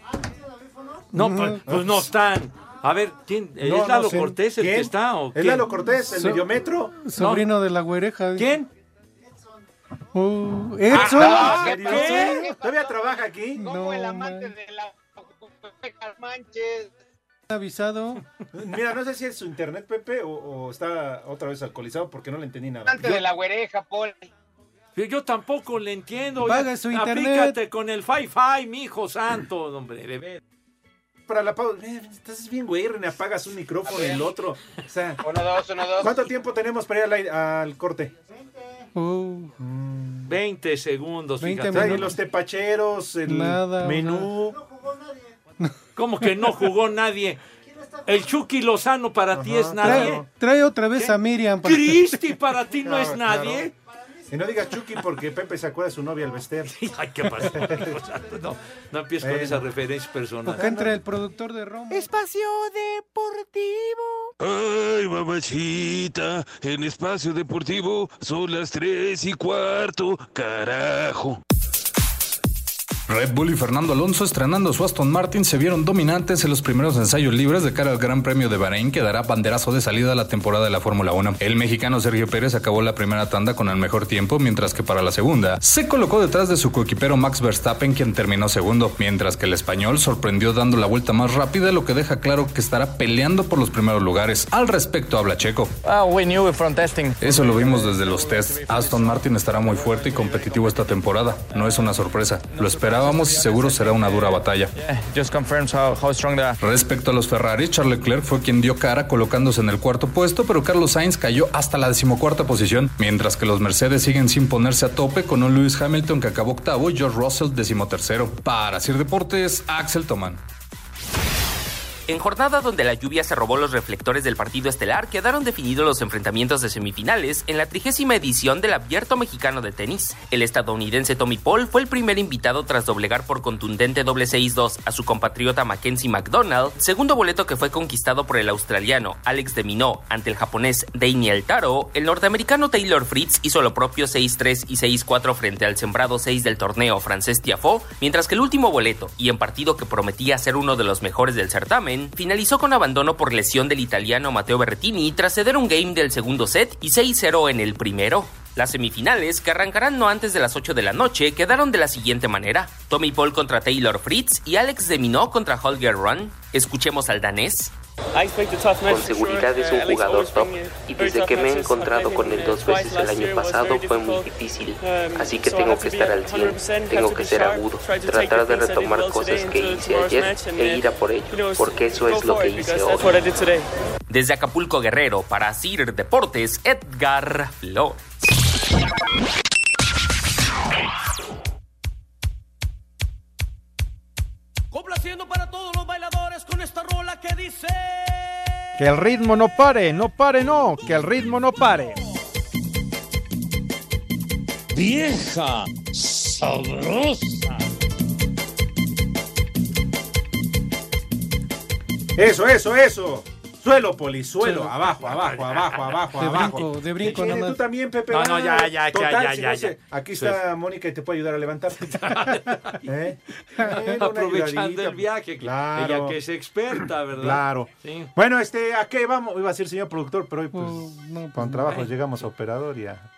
Speaker 8: No, pues, pues no están. A ver, ¿quién?
Speaker 9: No,
Speaker 8: Eh, ¿Es
Speaker 9: no
Speaker 8: Lalo
Speaker 9: sé.
Speaker 8: Cortés el
Speaker 9: ¿Quién?
Speaker 8: que está o
Speaker 9: ¿Es
Speaker 8: quién?
Speaker 9: Lalo Cortés, el
Speaker 7: So-
Speaker 9: mediometro?
Speaker 7: Sobrino de la güereja.
Speaker 8: ¿Quién? Ah,
Speaker 7: Uh,
Speaker 9: ¿Eso?
Speaker 7: Edson.
Speaker 9: Ah, ¿Qué? ¿Todavía trabaja aquí? Como el amante de las manches.
Speaker 7: avisado.
Speaker 9: Mira, no sé si es su internet, Pepe, o, o está otra vez alcoholizado porque no le entendí nada.
Speaker 8: güereja, Paul. Yo tampoco le entiendo.
Speaker 9: Paga
Speaker 8: Ya,
Speaker 9: su internet.
Speaker 8: Aplícate con el Fi-Fi, mijo santo, hombre, de ver.
Speaker 9: Para la pausa. Eh, Estás bien, güey, René, apagas un micrófono y el otro. O sea,
Speaker 8: Uno, dos, uno, dos.
Speaker 9: ¿cuánto tiempo tenemos para ir al, aire- al corte?
Speaker 8: Uh.
Speaker 9: Mm,
Speaker 8: 20 segundos,
Speaker 9: 20
Speaker 8: fíjate.
Speaker 9: minutos. Ay, los tepacheros, el
Speaker 8: Nada,
Speaker 9: menú.
Speaker 8: (laughs) ¿Cómo que no jugó nadie? El Chucky Lozano para ti es nadie.
Speaker 7: Trae, trae otra vez a Miriam. para-
Speaker 8: Cristi para ti
Speaker 7: (laughs)
Speaker 8: no es
Speaker 9: Claro,
Speaker 8: nadie.
Speaker 9: Y no digas Chucky porque Pepe se acuerda de su novia al vestir.
Speaker 8: (laughs) Ay, ¿qué
Speaker 9: (laughs)
Speaker 8: pasó? hijo santo? No, no empieces con
Speaker 9: Bueno.
Speaker 8: esa referencia personal.
Speaker 7: Acá entra el productor de Romo.
Speaker 5: Espacio Deportivo.
Speaker 25: Ay, mamachita, en espacio deportivo son las tres y cuarto, carajo.
Speaker 26: Red Bull y Fernando Alonso estrenando su Aston Martin se vieron dominantes en los primeros ensayos libres de cara al Gran Premio de Bahrein que dará banderazo de salida a la temporada de la Fórmula 1. El mexicano Sergio Pérez acabó la primera tanda con el mejor tiempo, mientras que para la segunda se colocó detrás de su coequipero Max Verstappen quien terminó segundo, mientras que el español sorprendió dando la vuelta más rápida, lo que deja claro que estará peleando por los primeros lugares. Al respecto habla Checo. Eso lo vimos desde los tests. Aston Martin estará muy fuerte y competitivo esta temporada. No es una sorpresa. Lo esperábamos y seguro será una dura batalla. Respecto a los Ferrari, Charles Leclerc fue quien dio cara colocándose en el cuarto puesto, pero Carlos Sainz cayó hasta la decimocuarta posición, mientras que los Mercedes siguen sin ponerse a tope con un Lewis Hamilton que acabó octavo y George Russell decimotercero. Para Sir Deportes, Axel Toman.
Speaker 27: En jornada donde la lluvia se robó los reflectores del partido estelar, quedaron definidos los enfrentamientos de semifinales en la trigésima edición del Abierto Mexicano de Tenis. El estadounidense Tommy Paul fue el primer invitado tras doblegar por contundente doble 6-2 a su compatriota Mackenzie McDonald, segundo boleto que fue conquistado por el australiano Alex de Minot ante el japonés Daniel Taro. El norteamericano Taylor Fritz hizo lo propio 6-3 y 6-4 frente al sembrado 6 del torneo francés Tiafoe, mientras que el último boleto y en partido que prometía ser uno de los mejores del certamen Verstappen finalizó con abandono por lesión del italiano Matteo Berrettini tras ceder un game del segundo set y 6-0 en el primero. Las semifinales, que arrancarán no antes de las 8 de la noche, quedaron de la siguiente manera. Tommy Paul contra Taylor Fritz y Alex Deminó contra Holger Run. Escuchemos al danés.
Speaker 15: Con seguridad
Speaker 27: Uh,
Speaker 13: Eh,
Speaker 15: es un jugador top y desde que me he encontrado con él dos veces el año pasado fue muy difícil, así que tengo que estar al 100, tengo que ser agudo, tratar de retomar cosas que hice ayer e ir a por ello, porque eso es lo que hice hoy.
Speaker 27: Desde Acapulco Guerrero, para CIR Deportes, Edgar Flores.
Speaker 3: Complaciendo para todos los bailadores con esta rola que dice.
Speaker 20: Que el ritmo no pare, no pare, no, que el ritmo no pare.
Speaker 2: Vieja, sabrosa.
Speaker 9: Eso, eso, eso. Suelo, Poli, suelo. Abajo, abajo,
Speaker 7: (laughs)
Speaker 9: abajo, abajo,
Speaker 7: De
Speaker 9: abajo.
Speaker 7: brinco, de brinco
Speaker 9: Oye,
Speaker 7: nada más.
Speaker 9: tú también, Pepe.
Speaker 7: No, no, ya, ya, ya,
Speaker 9: Total,
Speaker 7: ya,
Speaker 9: si
Speaker 7: ya,
Speaker 9: no sé,
Speaker 7: ya.
Speaker 9: Aquí está Mónica y te puede ayudar a levantarte. (laughs) ¿Eh? Bueno,
Speaker 8: (laughs)
Speaker 9: una
Speaker 8: Aprovechando
Speaker 9: ayudadita.
Speaker 8: el viaje,
Speaker 9: Claro.
Speaker 8: claro. ella que es experta, ¿verdad?
Speaker 9: Claro.
Speaker 8: Sí.
Speaker 9: Bueno, este, ¿a qué vamos? Iba a decir señor productor, pero hoy pues, con trabajo
Speaker 8: bueno.
Speaker 9: llegamos a operador y a...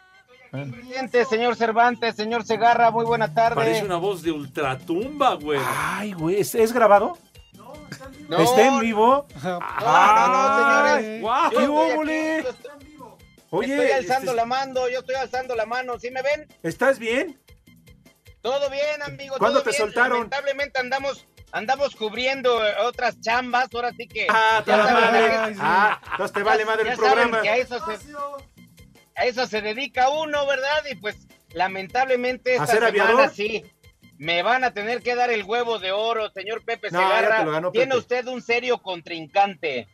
Speaker 9: Bueno.
Speaker 4: Presidente, señor Cervantes, señor Segarra, muy buena tarde.
Speaker 8: Parece una voz de ultratumba, güey.
Speaker 9: Ay, güey, ¿es, es grabado?
Speaker 4: No,
Speaker 9: Ah, ¿Está en vivo? Ah,
Speaker 8: Ah,
Speaker 4: no,
Speaker 8: Guau.
Speaker 4: no, señores. Yo
Speaker 9: ¿Qué
Speaker 4: estoy
Speaker 9: hubo,
Speaker 4: aquí,
Speaker 9: le?
Speaker 4: yo estoy-
Speaker 9: Oye,
Speaker 4: estoy alzando
Speaker 9: este-
Speaker 4: la mano, yo estoy alzando la mano, ¿sí me ven?
Speaker 9: ¿estás bien?
Speaker 4: Todo bien, amigo.
Speaker 9: ¿Cuándo
Speaker 4: todo
Speaker 9: te
Speaker 4: bien.
Speaker 9: soltaron?
Speaker 4: Lamentablemente andamos andamos cubriendo eh, otras chambas, ahora sí que
Speaker 9: Ah,
Speaker 4: Ya
Speaker 9: toda
Speaker 4: saben
Speaker 9: madre.
Speaker 4: a qué-
Speaker 9: Ah, entonces te vale
Speaker 4: ya-
Speaker 9: madre el
Speaker 4: ya saben
Speaker 9: programa.
Speaker 4: que a eso se a eso se dedica uno, ¿verdad? Y pues lamentablemente
Speaker 9: ¿A
Speaker 4: esta
Speaker 9: ser
Speaker 4: semana
Speaker 9: aviador?
Speaker 4: sí me van a tener que dar el huevo de oro, señor Pepe
Speaker 8: No,
Speaker 4: Segarra.
Speaker 8: ya te lo ganó
Speaker 4: Tiene
Speaker 8: Pepe.
Speaker 4: usted un serio contrincante.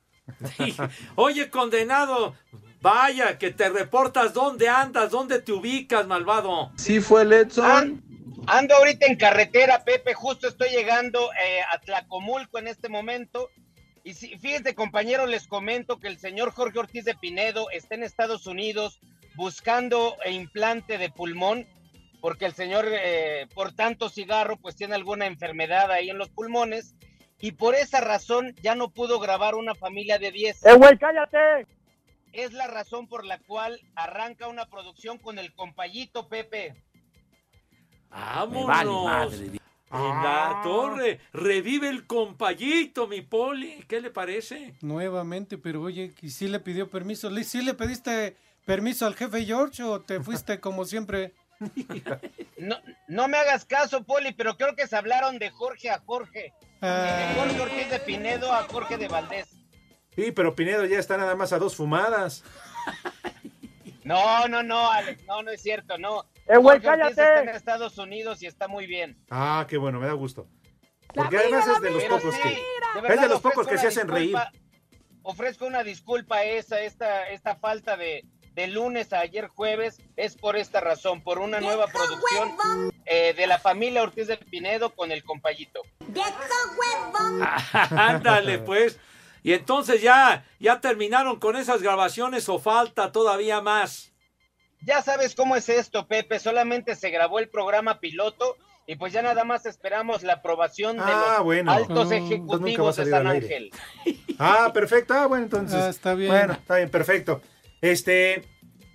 Speaker 8: Oye, condenado, vaya, que te reportas dónde andas, dónde te ubicas, malvado.
Speaker 4: Sí fue Letson. Ando ahorita en carretera, Pepe, justo estoy llegando eh, a Tlacomulco en este momento. Y sí, fíjense, compañeros, les comento que el señor Jorge Ortiz de Pinedo está en Estados Unidos buscando e implante de pulmón, porque el señor, eh, por tanto cigarro, pues tiene alguna enfermedad ahí en los pulmones. Y por esa razón ya no pudo grabar una familia de 10.
Speaker 15: ¡Eh, güey, cállate!
Speaker 4: Es la razón por la cual arranca una producción con el compayito, Pepe.
Speaker 8: Vámonos.
Speaker 15: vale madre.
Speaker 8: En
Speaker 9: Ah.
Speaker 8: la torre, revive el compayito, mi poli. ¿Qué le parece? (laughs)
Speaker 7: Nuevamente, pero oye, ¿y sí le pidió permiso? ¿Le- ¿Sí le pediste permiso al jefe George o te fuiste como siempre?
Speaker 4: No, no me hagas caso, Poli, pero creo que se hablaron de Jorge a Jorge.
Speaker 7: Ah.
Speaker 4: De Jorge Ortiz de Pinedo a Jorge de Valdés.
Speaker 9: Sí, pero Pinedo ya está nada más a dos fumadas.
Speaker 4: No, no, no, Alex, no, no es cierto, no.
Speaker 9: Eh, güey,
Speaker 4: Jorge Ortiz
Speaker 9: cállate.
Speaker 4: está en Estados Unidos y está muy bien.
Speaker 9: Ah, qué bueno, me da gusto.
Speaker 4: La
Speaker 9: Porque
Speaker 4: vida,
Speaker 9: además
Speaker 4: la
Speaker 9: es de los
Speaker 4: vida.
Speaker 9: pocos
Speaker 4: Sí,
Speaker 9: que...
Speaker 4: de
Speaker 9: es
Speaker 4: verdad
Speaker 9: de los pocos
Speaker 4: ofrezco
Speaker 9: que se
Speaker 4: una
Speaker 9: hacen reír.
Speaker 4: disculpa- Ofrezco una disculpa esa, esta, esta falta de, de lunes a ayer jueves es por esta razón, por una nueva producción eh, de la familia Ortiz de Pinedo con el compayito.
Speaker 8: Ándale, pues. Y entonces ya, ya terminaron con esas grabaciones o falta todavía más.
Speaker 4: Ya sabes cómo es esto, Pepe. Solamente se grabó el programa piloto y pues ya nada más esperamos la aprobación de
Speaker 9: Ah,
Speaker 4: los
Speaker 9: bueno.
Speaker 4: altos
Speaker 9: Ah, entonces nunca va a
Speaker 4: ejecutivos de
Speaker 9: salir
Speaker 4: San
Speaker 9: al aire.
Speaker 4: Ángel.
Speaker 9: Ah, perfecto. Ah, bueno, entonces.
Speaker 4: Ah, está bien.
Speaker 9: Bueno, está bien, perfecto. Este,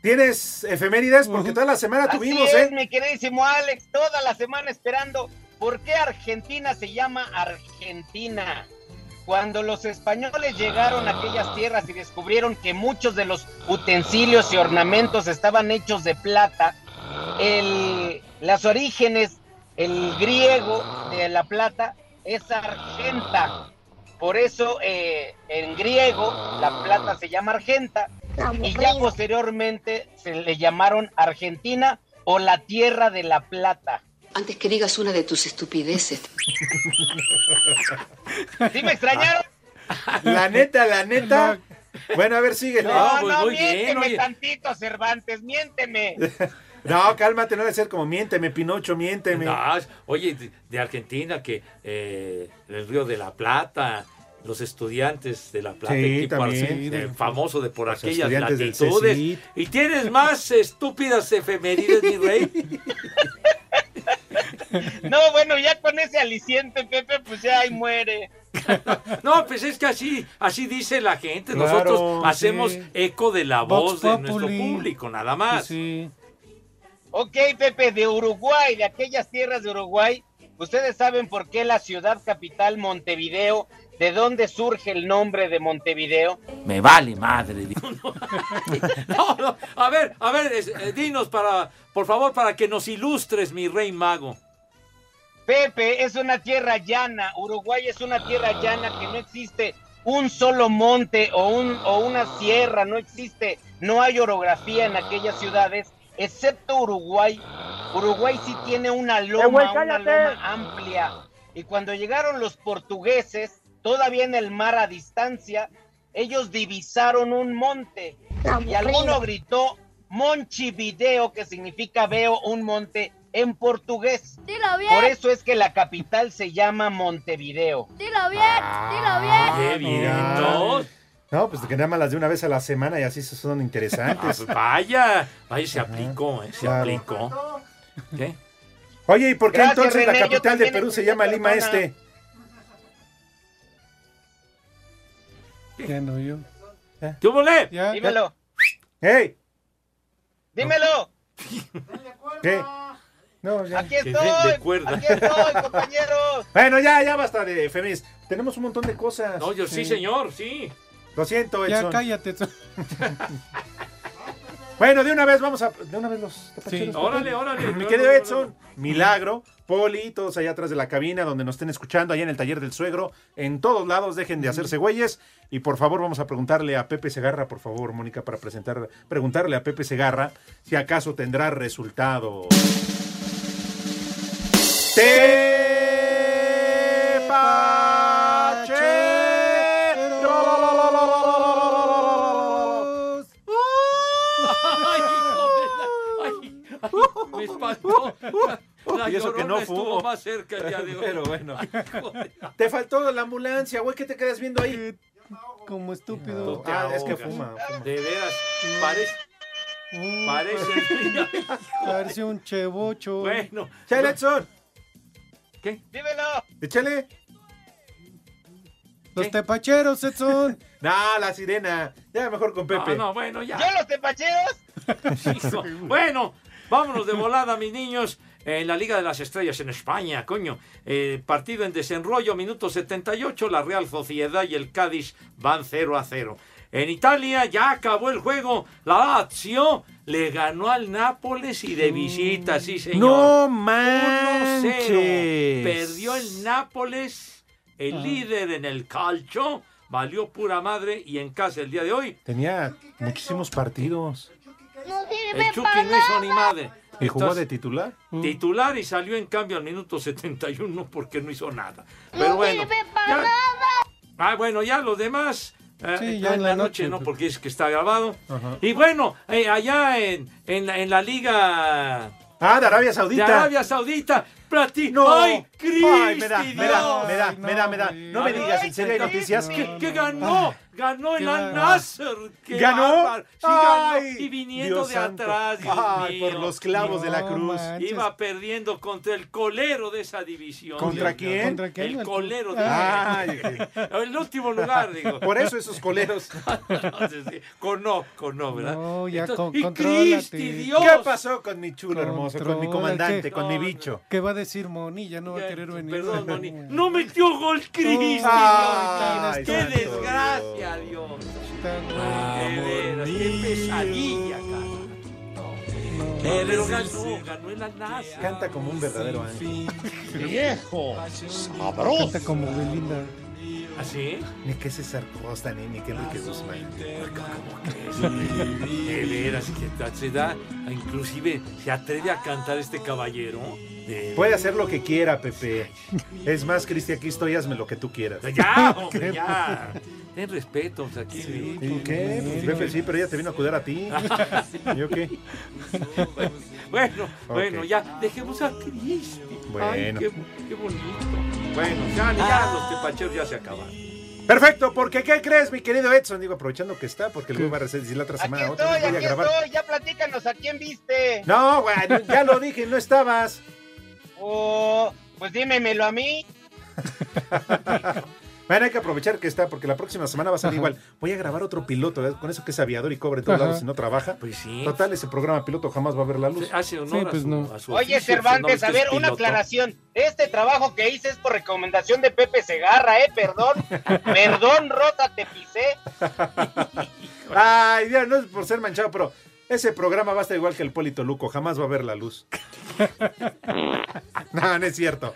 Speaker 9: ¿tienes efemérides? Porque toda la semana
Speaker 4: Así
Speaker 9: tuvimos,
Speaker 4: es,
Speaker 9: ¿eh?
Speaker 4: mi queridísimo Alex, toda la semana esperando por qué Argentina se llama Argentina. Cuando los españoles llegaron a aquellas tierras y descubrieron que muchos de los utensilios y ornamentos estaban hechos de plata, el, las orígenes, el griego de la plata es argenta. Por eso eh, en griego la plata se llama argenta y ya posteriormente se le llamaron Argentina o la tierra de la plata.
Speaker 2: Antes que digas una de
Speaker 4: (laughs)
Speaker 2: tus estupideces.
Speaker 4: ¿Sí me extrañaron?
Speaker 9: Ah. La neta, la neta. Bueno, a ver, síguele.
Speaker 4: No, pues, no, miénteme tantito, Cervantes, miénteme.
Speaker 9: No, cálmate, no debe ser como miénteme, Pinocho, miénteme.
Speaker 8: No, Ah, es- oye, de, de Argentina, que eh, el Río de la Plata, los estudiantes de la Plata,
Speaker 9: Sí,
Speaker 8: equipo
Speaker 9: también.
Speaker 8: arce- eh, famoso de por
Speaker 9: Los
Speaker 8: aquellas
Speaker 9: estudiantes del
Speaker 8: latitudes.
Speaker 9: CECIT.
Speaker 8: Y tienes más estúpidas efemérides, mi rey.
Speaker 4: No, bueno, ya con ese aliciente, Pepe, pues ya ahí muere.
Speaker 8: No, pues es que así, así dice la gente.
Speaker 7: Claro,
Speaker 8: Nosotros
Speaker 7: sí.
Speaker 8: hacemos eco de la
Speaker 7: Vox
Speaker 8: voz de nuestro
Speaker 7: Populi.
Speaker 8: público, nada más.
Speaker 4: Ok, Pepe, de Uruguay, de aquellas tierras de Uruguay, ustedes saben por qué la ciudad capital Montevideo, de dónde surge el nombre de Montevideo.
Speaker 8: Me vale madre. (laughs) No, no, a ver, a ver, es- eh, dinos para, por favor, para que nos ilustres, mi rey mago.
Speaker 4: Pepe, es una tierra llana, Uruguay es una tierra llana que no existe un solo monte o, un, o una sierra, no existe, no hay orografía en aquellas ciudades, excepto Uruguay. Uruguay sí tiene una loma,
Speaker 6: güey,
Speaker 4: una
Speaker 6: cállate.
Speaker 4: loma amplia.
Speaker 9: Ah.
Speaker 4: Y cuando llegaron los portugueses, todavía en el mar a distancia, ellos divisaron un monte y alguno gritó Monchivideo, que significa veo un monte en portugués.
Speaker 2: Dilo bien.
Speaker 4: Por eso es que la capital se llama Montevideo.
Speaker 2: Dilo bien, dilo bien.
Speaker 8: ¡Qué
Speaker 17: Ah,
Speaker 8: vientos!
Speaker 9: Ah, No, pues que nada más las de una vez a la semana y así son interesantes.
Speaker 4: pues,
Speaker 8: Ah, vaya, vaya, se aplicó, eh, se aplicó. ¿Qué?
Speaker 9: Oye, ¿y por qué
Speaker 8: Gracias,
Speaker 9: entonces
Speaker 8: René,
Speaker 9: la
Speaker 8: yo
Speaker 9: capital de
Speaker 8: también
Speaker 9: Perú se
Speaker 8: escuché
Speaker 9: llama
Speaker 8: esa
Speaker 9: Lima
Speaker 8: zona.
Speaker 9: Este?
Speaker 7: Ya no yo.
Speaker 8: ¿Qué volé?
Speaker 4: Dímelo.
Speaker 9: ¿Eh? ¡Ey!
Speaker 4: Dímelo.
Speaker 9: ¿Qué? No, ya.
Speaker 4: Aquí estoy. Aquí estoy,
Speaker 8: (laughs)
Speaker 4: compañeros.
Speaker 9: Bueno, ya, ya basta de FMIs. Tenemos un montón de cosas.
Speaker 8: No, yo sí, señor, sí.
Speaker 9: Lo siento,
Speaker 7: Ya
Speaker 9: Edson.
Speaker 7: cállate. Edson.
Speaker 9: Bueno, de una vez vamos a. De una vez los. tapacheros,
Speaker 8: Órale,
Speaker 9: papá.
Speaker 8: órale.
Speaker 9: Mi
Speaker 8: órale,
Speaker 9: querido
Speaker 8: órale.
Speaker 9: Edson, Milagro, Poli, todos allá atrás de la cabina donde nos estén escuchando, allá en el taller del suegro, en todos lados, dejen de hacerse güeyes. Y por favor, vamos a preguntarle a Pepe Segarra, por favor, Mónica, para presentar, preguntarle a Pepe Segarra si acaso tendrá resultado.
Speaker 8: Ay, hijo de la- ay, ay, me
Speaker 9: (laughs)
Speaker 8: espantó. La
Speaker 9: Oh, Y eso que
Speaker 8: llorona
Speaker 9: no
Speaker 8: estuvo
Speaker 9: fumo.
Speaker 8: más cerca el día de hoy.
Speaker 9: Pero bueno. Te faltó la ambulancia, güey, ¿qué te quedas viendo ahí?
Speaker 7: Como
Speaker 9: Tú
Speaker 7: estúpido.
Speaker 9: te Ah, es que ahogas. fuma, fuma.
Speaker 8: De veras, parece. (laughs)
Speaker 9: Mm.
Speaker 8: Parece.
Speaker 7: Parece un chebocho.
Speaker 8: Bueno.
Speaker 9: Chale, Edson.
Speaker 8: ¿Qué?
Speaker 4: Dímelo.
Speaker 9: Échale.
Speaker 7: Los tepacheros, Edson.
Speaker 9: (laughs) No, la sirena. Ya mejor con Pepe.
Speaker 8: No, no, bueno, ya.
Speaker 4: ¿Yo los tepacheros?
Speaker 8: Hijo. bueno, vámonos de volada, mis niños. En la Liga de las Estrellas en España, coño. Eh, partido en desenrollo, minuto 78. La Real Sociedad y el Cádiz van 0 a 0. En Italia ya acabó el juego. La Lazio le ganó al Nápoles y de visita, sí, señor.
Speaker 9: No manches.
Speaker 8: 1-0. Perdió el Nápoles, el líder en el calcio. Valió pura madre y en casa el día de hoy
Speaker 9: Tenía muchísimos partidos.
Speaker 8: el Chucky no hizo ni madre.
Speaker 9: ¿Y jugó de
Speaker 8: Entonces,
Speaker 9: titular?
Speaker 8: Mm. titular y salió en cambio al minuto 71 porque no hizo nada. Pero bueno. ya- Ah, bueno, ya los demás. eh,
Speaker 7: Sí,
Speaker 8: eh,
Speaker 7: ya
Speaker 8: en la noche,
Speaker 9: pues.
Speaker 8: no, porque es que está grabado.
Speaker 7: Ajá.
Speaker 8: Y bueno, eh, allá en, en, la- en la liga.
Speaker 9: Ah, de Arabia Saudita.
Speaker 8: De Arabia Saudita. Platí. ¡Ay, Cristi,
Speaker 9: Ay, me da, me da,
Speaker 8: Dios!
Speaker 9: me da, me da, me da. No me
Speaker 8: Ay,
Speaker 9: digas, ¿en serio hay noticias?
Speaker 8: Que, que ganó, ganó el
Speaker 9: qué
Speaker 8: Al
Speaker 9: bárbaro.
Speaker 8: Nasser. qué
Speaker 9: ¿Ganó?
Speaker 8: bárbaro. Sí, ganó.
Speaker 9: Ay,
Speaker 8: Y viniendo
Speaker 9: Dios
Speaker 8: de
Speaker 9: santo.
Speaker 8: atrás, Dios
Speaker 9: Ay,
Speaker 8: mío.
Speaker 9: por los clavos de la No cruz. manches.
Speaker 8: Iba perdiendo contra el colero de esa división.
Speaker 9: ¿Contra
Speaker 8: Dios mío.
Speaker 9: quién? ¿Contra quién?
Speaker 8: El colero. de
Speaker 9: Ay.
Speaker 8: (laughs) El último lugar, digo.
Speaker 9: Por eso esos coleros.
Speaker 8: Entonces, sí, con (laughs) no, con no, ¿verdad?
Speaker 7: No, ya
Speaker 8: Entonces,
Speaker 7: con-
Speaker 8: y
Speaker 7: contrólate.
Speaker 8: Cristi, Dios.
Speaker 9: ¿Qué pasó con mi chulo hermoso, con mi
Speaker 7: Controla,
Speaker 9: comandante,
Speaker 7: ¿qué?
Speaker 9: con mi bicho?
Speaker 7: ¿Qué va a decir Moni? Ya no va a querer venir.
Speaker 8: Perdón,
Speaker 7: (laughs)
Speaker 8: Moni. No metió gol Cristi. Dios
Speaker 7: Ay,
Speaker 8: mío. Qué
Speaker 7: santo
Speaker 8: desgracia, Dios. De veras, qué pesadilla, cara. Eh, Pero ganó, ganó el Al-Nassr.
Speaker 9: Canta como un verdadero ángel.
Speaker 8: Viejo,
Speaker 7: sabroso. Canta como Belinda. (laughs)
Speaker 8: ¿Así?
Speaker 9: Ni que César Costa, ni, ni que Enrique
Speaker 8: Ah,
Speaker 9: Guzmán.
Speaker 8: De veras, que tal se da, inclusive se atreve a cantar este caballero. De-
Speaker 9: Puede hacer lo que quiera, Pepe. Es más, Cristi, aquí estoy, hazme lo que tú quieras.
Speaker 8: (laughs) Ya,
Speaker 9: (laughs)
Speaker 8: hombre, ya. Ten respeto, o sea, aquí.
Speaker 9: ¿Y qué? Pues, Pepe, sí, pero ella te vino a cuidar
Speaker 8: (laughs)
Speaker 9: a ti. ¿Yo qué?
Speaker 8: Bueno,
Speaker 9: Ok.
Speaker 8: bueno, ya, dejemos a Cristi. Ay,
Speaker 9: Bueno.
Speaker 8: qué, qué bonito. Bueno, ya, ya los tepacheros ya se acabaron.
Speaker 9: Perfecto, porque ¿qué crees, mi querido Edson? Digo, aprovechando que está, porque lo voy a decir la otra semana.
Speaker 4: Aquí
Speaker 9: otra vez
Speaker 4: estoy,
Speaker 9: voy a
Speaker 4: aquí
Speaker 9: grabar.
Speaker 4: estoy. Ya platícanos a quién viste.
Speaker 9: No, güey, no, ya lo
Speaker 4: (laughs)
Speaker 9: dije, no estabas.
Speaker 4: Oh, pues dímemelo a mí.
Speaker 9: Bueno, hay que aprovechar que está, porque la próxima semana va a salir igual. Voy a grabar otro piloto, ¿verdad? con eso que es aviador y cobre en todos
Speaker 8: Ajá.
Speaker 9: lados y no trabaja.
Speaker 8: Pues sí.
Speaker 9: Total, ese programa piloto jamás va a ver la luz.
Speaker 8: Sí, hace honor Sí, a pues su- no. a su
Speaker 4: Oye, Cervantes, a ver, una aclaración. Este trabajo que hice es por recomendación de Pepe Segarra, ¿eh?
Speaker 8: (laughs)
Speaker 4: Perdón. Perdón, Rosa, te pisé.
Speaker 9: Ay, Dios, no es por ser manchado, pero ese programa va a estar igual que el Polito Luco, jamás va a ver
Speaker 4: (laughs)
Speaker 9: la luz. no, no es cierto.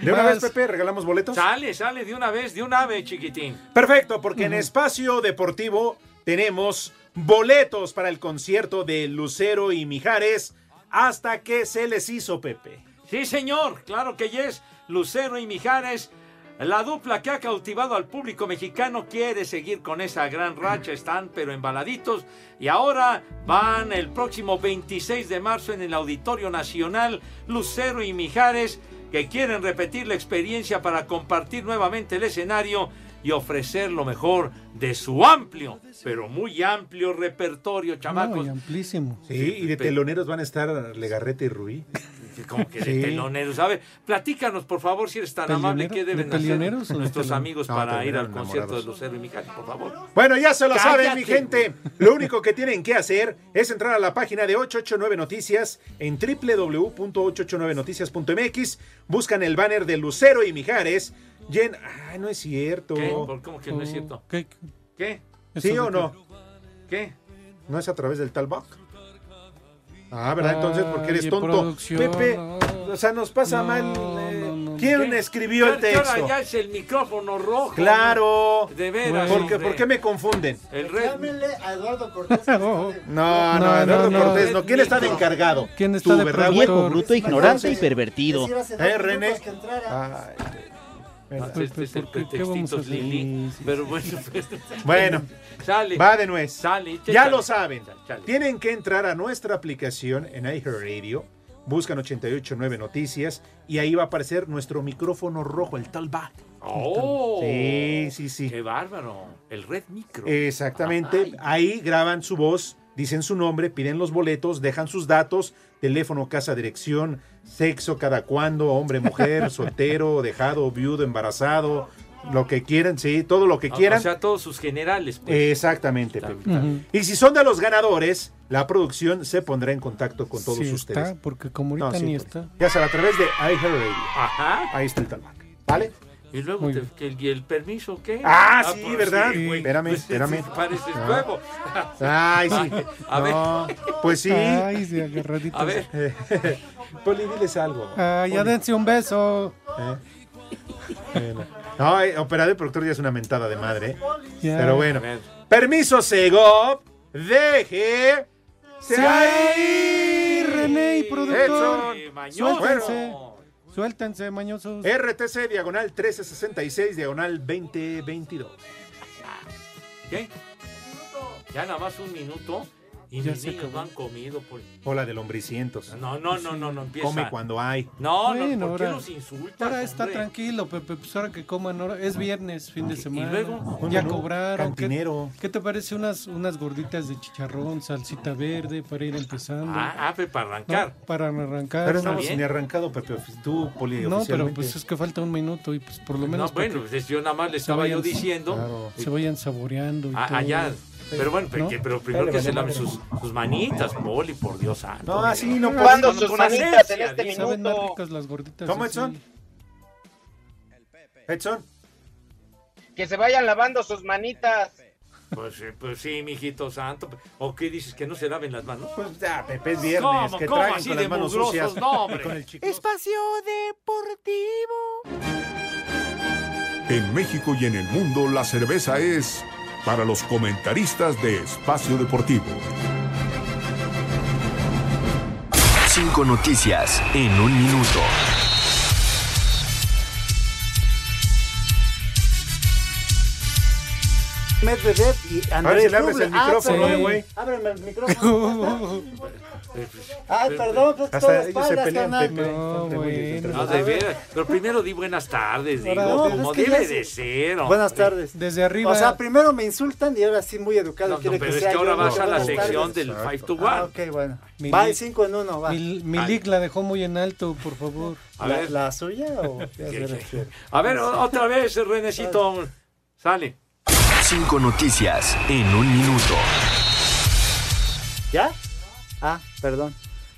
Speaker 9: De una
Speaker 8: Más.
Speaker 9: vez, Pepe, regalamos boletos.
Speaker 8: Sale, sale de una vez, de un ave, chiquitín.
Speaker 9: Perfecto, porque en Espacio Deportivo tenemos boletos para el concierto de Lucero y Mijares hasta que se les hizo, Pepe.
Speaker 8: Sí, señor, claro que yes. Lucero y Mijares, la dupla que ha cautivado al público mexicano, quiere seguir con esa gran racha. Están pero embaladitos. Y ahora van el próximo 26 de marzo en el Auditorio Nacional, Lucero y Mijares, que quieren repetir la experiencia para compartir nuevamente el escenario y ofrecer lo mejor de su amplio, pero muy amplio repertorio, chamacos.
Speaker 7: Muy amplísimo.
Speaker 9: Sí, y de teloneros van a estar Legarrete y Ruiz.
Speaker 8: Como que de
Speaker 9: Sí.
Speaker 8: teloneros. A ver, platícanos, por favor, si eres tan amable,
Speaker 9: ¿Telonero?
Speaker 8: ¿qué deben
Speaker 9: ¿De
Speaker 8: hacer
Speaker 9: teloneros o de
Speaker 8: nuestros
Speaker 9: telon-
Speaker 8: amigos
Speaker 9: No,
Speaker 8: para ir
Speaker 9: telonero
Speaker 8: al concierto de
Speaker 9: enamorados.
Speaker 8: Lucero y Mijares, por favor?
Speaker 9: Bueno, ya se lo saben,
Speaker 8: Cállate,
Speaker 9: mi gente. Lo único que tienen que hacer es entrar a la página de 889 Noticias en www.889noticias.mx. Buscan el banner de Lucero y Mijares. Y en... Ah, no es cierto. Oh.
Speaker 8: ¿Qué? ¿Por- ¿Cómo que no es cierto?
Speaker 7: ¿Qué?
Speaker 8: ¿Qué?
Speaker 9: ¿Sí o no?
Speaker 8: ¿Qué?
Speaker 9: ¿No es a través del tal Buck? Ah, ¿verdad?
Speaker 7: Ay,
Speaker 9: Entonces, porque eres tonto.
Speaker 7: producción,
Speaker 9: Pepe,
Speaker 7: no.
Speaker 9: o sea, nos pasa mal. eh, ¿Quién
Speaker 8: ¿Qué?
Speaker 9: escribió el
Speaker 8: Claro que ahora
Speaker 9: texto?
Speaker 8: ya es el micrófono rojo.
Speaker 9: Claro.
Speaker 8: De veras.
Speaker 9: ¿Por qué,
Speaker 8: hombre.
Speaker 9: por qué me confunden?
Speaker 8: El red.
Speaker 6: a Eduardo Cortés.
Speaker 9: No, no,
Speaker 7: No,
Speaker 9: Eduardo
Speaker 7: no, no.
Speaker 9: Cortés no. ¿Quién está de encargado?
Speaker 7: ¿Quién está de productor?
Speaker 9: Viejo, bruto, ignorante y pervertido.
Speaker 6: Decir hace dos
Speaker 9: ¿Eh, René?
Speaker 6: minutos que entrara.
Speaker 9: Ay,
Speaker 8: Ah, Este es el
Speaker 7: ¿Qué- qué vamos a
Speaker 8: pretextitos
Speaker 7: hacer?
Speaker 8: Lili. Pero bueno, pues, (laughs)
Speaker 9: Bueno,
Speaker 8: sale.
Speaker 9: va de nuez.
Speaker 8: Sale.
Speaker 9: Ya
Speaker 8: chécale.
Speaker 9: lo saben.
Speaker 8: Chale.
Speaker 9: Tienen que entrar a nuestra aplicación en iHeartRadio. Buscan 889 Noticias y ahí va a aparecer nuestro micrófono rojo, el tal Buck.
Speaker 8: Oh.
Speaker 9: Sí, sí, sí.
Speaker 8: Qué bárbaro. El red micro.
Speaker 9: Exactamente. Ahí graban su voz, dicen su nombre, piden los boletos, dejan sus datos, teléfono, casa, dirección, sexo, cada cuándo, hombre,
Speaker 8: (laughs)
Speaker 9: mujer, soltero, dejado, viudo, embarazado, lo que quieran, sí, todo lo que
Speaker 8: Ah, O-
Speaker 9: quieran. Eh,
Speaker 8: O sea, todos sus generales. pues.
Speaker 9: Exactamente. Pepe.
Speaker 7: Ujú.
Speaker 9: Y si son de los ganadores, la producción se pondrá en contacto con todos
Speaker 7: Sí
Speaker 9: ustedes.
Speaker 7: está, porque como ahorita
Speaker 9: No, sí,
Speaker 7: ni
Speaker 9: pues.
Speaker 7: está.
Speaker 9: Ya sea a través de iHeartRadio.
Speaker 8: Ajá.
Speaker 9: Ahí está el talbac. ¿Vale?
Speaker 8: Y luego,
Speaker 9: Muy
Speaker 8: te- que el, y el permiso qué?
Speaker 9: Ah, sí,
Speaker 8: pues,
Speaker 9: ¿verdad?
Speaker 8: güey.
Speaker 9: Espérame, espérame.
Speaker 8: Pareces
Speaker 9: Ah.
Speaker 8: nuevo.
Speaker 9: Ay, sí.
Speaker 8: (laughs) A ver.
Speaker 9: No, pues sí.
Speaker 7: Ay, sí, agarraditos.
Speaker 8: A ver.
Speaker 9: (laughs) Poli, diles algo.
Speaker 7: Ay, ya dense un beso.
Speaker 9: Eh. Bueno. No, eh, operador y productor ya es una mentada de madre. eh.
Speaker 7: Ya.
Speaker 9: Pero bueno. Permiso, Segov. Deje.
Speaker 7: Sí, ahí, René y productor.
Speaker 9: Edson.
Speaker 7: Mañoso. Suéltense.
Speaker 9: Bueno.
Speaker 7: Suéltense, mañosos.
Speaker 9: RTC diagonal 1366 diagonal 2022.
Speaker 8: ¿Qué? Ya nada más un minuto y
Speaker 9: Ya
Speaker 8: mis
Speaker 9: se
Speaker 8: niños no han comido. Por...
Speaker 9: Hola de lombricientos.
Speaker 8: No, no, no, no, no empieza.
Speaker 9: Come cuando hay.
Speaker 8: No, no,
Speaker 7: Bueno,
Speaker 8: ¿por qué
Speaker 7: ahora-
Speaker 8: los insultas?
Speaker 7: Ahora está
Speaker 8: hombre?
Speaker 7: tranquilo, Pepe. Pues ahora que coman, ahora es viernes, fin de semana.
Speaker 8: luego?
Speaker 7: ya
Speaker 9: Bueno,
Speaker 7: cobraron. ¿Qué,
Speaker 9: cantinero.
Speaker 7: qué te parece unas, unas gorditas de chicharrón, salsita verde para ir empezando?
Speaker 8: Ah, ah, pues, para arrancar.
Speaker 7: No, para arrancar.
Speaker 9: Pero
Speaker 7: unas-
Speaker 9: estamos sin arrancado, Pepe. Tú, Poli,
Speaker 7: No, pero
Speaker 9: oficialmente.
Speaker 7: pues es que falta un minuto y pues por lo
Speaker 8: No,
Speaker 7: menos. para
Speaker 8: bueno,
Speaker 7: que
Speaker 8: pues, yo nada más le
Speaker 7: se
Speaker 8: estaba yo
Speaker 7: vayan-
Speaker 8: diciendo.
Speaker 7: Claro, se vayan saboreando. y
Speaker 8: Ah,
Speaker 7: todo.
Speaker 8: allá. Pero bueno, pero,
Speaker 7: ¿No?
Speaker 8: que- pero primero que se laven sus, sus manitas, Poli, por Dios santo.
Speaker 9: No, así no
Speaker 8: Con-
Speaker 9: puedo.
Speaker 8: con-
Speaker 4: sus
Speaker 8: con
Speaker 4: manitas
Speaker 8: ansia,
Speaker 4: en este
Speaker 8: dice.
Speaker 7: Saben más ricas las gorditas.
Speaker 9: ¿Cómo,
Speaker 7: así.
Speaker 9: Edson? Edson.
Speaker 4: Que se vayan lavando sus manitas.
Speaker 8: Pues, sí, pues sí, mijito santo. ¿O qué dices? ¿Que no se laven las manos?
Speaker 9: Pues ya, Pepe, es viernes.
Speaker 8: ¿Cómo?
Speaker 9: Que
Speaker 8: ¿Cómo
Speaker 9: traguen
Speaker 8: así
Speaker 9: con
Speaker 8: de
Speaker 9: las manos
Speaker 8: mugrosos?
Speaker 9: sucias.
Speaker 8: No, hombre.
Speaker 9: Y con el chicle.
Speaker 5: Espacio Deportivo.
Speaker 10: En México y en el mundo la cerveza es para los comentaristas de Espacio Deportivo.
Speaker 11: Cinco noticias en un minuto.
Speaker 6: Medvedev y Andrés
Speaker 9: le abres
Speaker 6: Rublev.
Speaker 9: el micrófono,
Speaker 6: Ah, perdón.
Speaker 9: güey.
Speaker 6: Ábreme el micrófono.
Speaker 8: Eh,
Speaker 6: Ay, perdón, pues
Speaker 8: Hasta
Speaker 6: todo
Speaker 8: ellos se
Speaker 6: espaldas,
Speaker 8: pelean,
Speaker 6: carnal.
Speaker 8: Pepe.
Speaker 6: No, bueno.
Speaker 8: No, Ah, de veras. Pero primero di buenas tardes, digo,
Speaker 6: No, pues
Speaker 8: como
Speaker 6: es que
Speaker 8: debe
Speaker 6: ya
Speaker 8: de
Speaker 6: sí.
Speaker 8: ser. hombre.
Speaker 6: Buenas tardes.
Speaker 7: Desde
Speaker 6: O sea, primero me insultan y ahora sí muy educado
Speaker 8: No, no,
Speaker 6: quiere
Speaker 8: pero
Speaker 6: que
Speaker 8: es
Speaker 6: sea
Speaker 8: que ahora
Speaker 6: yo,
Speaker 8: vas
Speaker 6: ¿no?
Speaker 8: a la
Speaker 6: Buenas
Speaker 8: sección
Speaker 6: tardes.
Speaker 8: del
Speaker 7: Exacto.
Speaker 8: 5 to 1.
Speaker 6: Ah, ok, bueno. Va el 5 en 1, va.
Speaker 7: Mi, mi lick la dejó muy en alto, por favor.
Speaker 8: A ver.
Speaker 6: ¿La suya o
Speaker 8: A ver, o- otra vez, Renecito. Sale.
Speaker 11: Cinco noticias en un minuto.
Speaker 6: ¿Ya? Ah, perdón.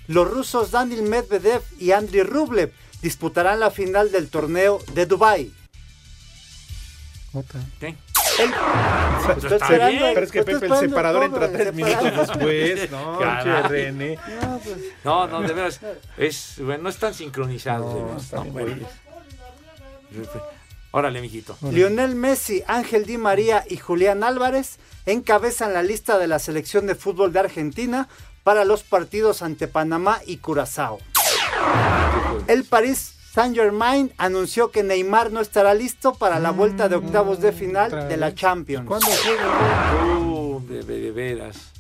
Speaker 6: Los rusos Daniel Medvedev y Andriy Rublev disputarán la final del torneo de Dubai.
Speaker 8: ¿Qué?
Speaker 6: Pues estoy esperando-
Speaker 9: Pero es que
Speaker 6: estoy
Speaker 9: Pepe, el
Speaker 6: esperando
Speaker 9: separador
Speaker 6: todo,
Speaker 9: entra
Speaker 6: el
Speaker 9: tres minutos
Speaker 6: separador.
Speaker 9: después. No,
Speaker 8: Caray.
Speaker 9: che, René.
Speaker 6: No, pues,
Speaker 8: No, no, de veras. Es, bueno, no están sincronizados. de veras, no, bueno. Órale, mijito.
Speaker 6: Lionel Messi, Ángel Di María y Julián Álvarez encabezan la lista de la selección de fútbol de Argentina para los partidos ante Panamá y Curazao. El París Saint-Germain anunció que Neymar no estará listo para la vuelta de octavos de final de la Champions.
Speaker 8: Uh, de, de- de veras.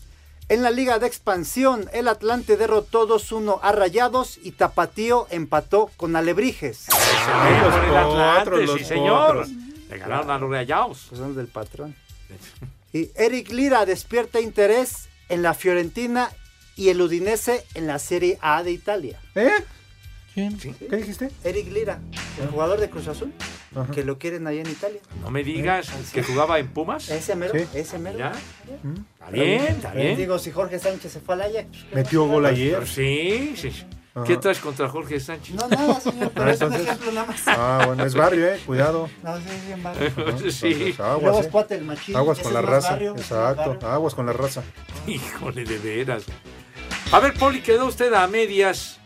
Speaker 6: En la Liga de Expansión, el Atlante derrotó 2-1 a Rayados y Tapatío empató con Alebrijes.
Speaker 9: Ah,
Speaker 8: Ahí
Speaker 6: los
Speaker 8: por el
Speaker 6: potros,
Speaker 8: Atlante,
Speaker 6: los
Speaker 8: sí, señor.
Speaker 6: potros.
Speaker 8: Le ganaron a los Rayados.
Speaker 6: Pues son del patrón. Y Eric Lira despierta interés en la Fiorentina y el Udinese en la Serie A de Italia.
Speaker 7: ¿Eh? ¿Quién? ¿Qué dijiste?
Speaker 6: Eric Lira, el jugador de Cruz Azul, que lo quieren allá en Italia.
Speaker 8: No me digas que jugaba en Pumas.
Speaker 6: Ese mero,
Speaker 8: Sí.
Speaker 6: ese mero.
Speaker 8: ¿Ya?
Speaker 9: ¿Mm?
Speaker 8: Está bien, está bien.
Speaker 6: Digo, si Jorge Sánchez se fue al Ajax. pues, ¿qué
Speaker 9: Metió
Speaker 6: más?
Speaker 9: gol ayer.
Speaker 8: Sí, sí. ¿Qué traes contra Jorge Sánchez?
Speaker 6: (laughs) No, nada, señor, pero
Speaker 9: Ah,
Speaker 6: es un
Speaker 9: entonces-
Speaker 6: ejemplo nada más.
Speaker 9: Ah, bueno, es barrio, eh. Cuidado.
Speaker 6: No, sí, bien barrio.
Speaker 8: Sí.
Speaker 9: Entonces, aguas,
Speaker 6: Luego es
Speaker 9: eh.
Speaker 6: cuate el machín,
Speaker 9: Aguas
Speaker 6: ese
Speaker 9: con
Speaker 6: es
Speaker 9: la
Speaker 6: más
Speaker 9: raza.
Speaker 6: barrio, ese es más
Speaker 9: Exacto. Aguas con la raza.
Speaker 8: (laughs) Híjole, de veras. A ver, Poli, quedó usted a medias.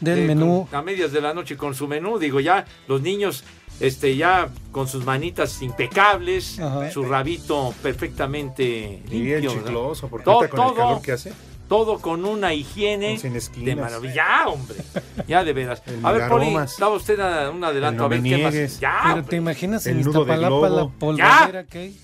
Speaker 7: Del
Speaker 8: eh,
Speaker 7: menú.
Speaker 8: con- a medias de la noche con su menú. Digo, ya los niños, este, ya con sus manitas impecables,
Speaker 9: Ajá.
Speaker 8: su rabito perfectamente limpio.
Speaker 9: Y el
Speaker 8: ¿verdad?
Speaker 9: chicloso, porque
Speaker 8: todo,
Speaker 9: ahorita con el
Speaker 8: todo,
Speaker 9: calor que hace.
Speaker 8: todo con una higiene
Speaker 9: Sin
Speaker 8: de
Speaker 9: esquinas.
Speaker 8: maravilla. Ya, hombre. Ya, de veras.
Speaker 9: El
Speaker 8: A ver, Poli,
Speaker 9: aromas.
Speaker 8: daba usted a- un adelanto.
Speaker 9: El no
Speaker 8: a ver
Speaker 9: me
Speaker 8: qué más.
Speaker 9: niegues.
Speaker 8: Ya,
Speaker 7: Pero
Speaker 8: hombre.
Speaker 7: te imaginas
Speaker 9: pues, El
Speaker 7: en
Speaker 9: nudo de
Speaker 7: Iztapalapa la
Speaker 9: globo.
Speaker 7: polvadera que hay.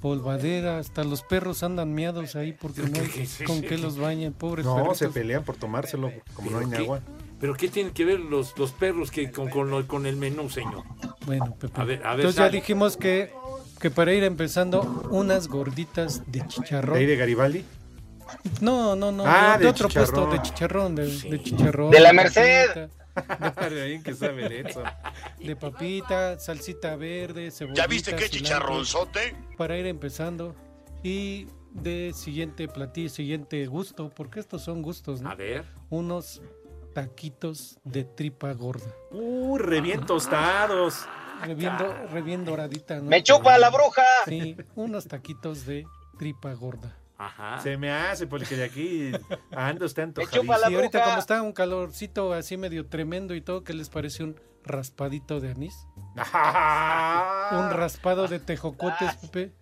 Speaker 7: Polvadera, hasta los perros andan miados ahí porque no hay
Speaker 8: Sí,
Speaker 7: con
Speaker 8: sí.
Speaker 7: qué los bañen, pobres
Speaker 9: No,
Speaker 7: perritos.
Speaker 9: se pelean por tomárselo, como no hay ni
Speaker 8: ¿Qué?
Speaker 9: agua.
Speaker 8: ¿Pero qué tienen que ver los, los perros que con, con, lo- con el menú, señor?
Speaker 7: Bueno, Pepe.
Speaker 8: A ver, a ver,
Speaker 7: Entonces ya
Speaker 8: sale.
Speaker 7: dijimos que, que para ir empezando, unas gorditas de chicharrón.
Speaker 9: ¿De ahí de Garibaldi?
Speaker 7: (laughs) No, no, no.
Speaker 9: Ah,
Speaker 7: de,
Speaker 9: de
Speaker 7: otro
Speaker 9: chicharrón.
Speaker 7: puesto de chicharrón, de, de chicharrón.
Speaker 9: De la
Speaker 7: Merced.
Speaker 9: que sabe de eso.
Speaker 7: De papita, salsita verde, cebolla. ¿Ya viste qué chicharronzote? Para ir empezando. Y de siguiente platillo, siguiente gusto, porque estos son gustos, ¿no?
Speaker 8: A ver.
Speaker 7: Unos taquitos de tripa gorda.
Speaker 8: Uh,
Speaker 9: Uy, revientos
Speaker 6: Ah.
Speaker 9: tostados. Ah,
Speaker 7: Reviendo, reviendo doradita, ¿no?
Speaker 9: Me chupa la bruja.
Speaker 7: Sí, unos taquitos de tripa gorda.
Speaker 8: Ajá.
Speaker 9: Se me hace, porque de aquí ando está antojadísimo.
Speaker 7: y ahorita como está un calorcito así medio tremendo y todo, ¿qué les parece un raspadito
Speaker 8: (laughs)
Speaker 7: de anís? un raspado de tejocotes, Pepe.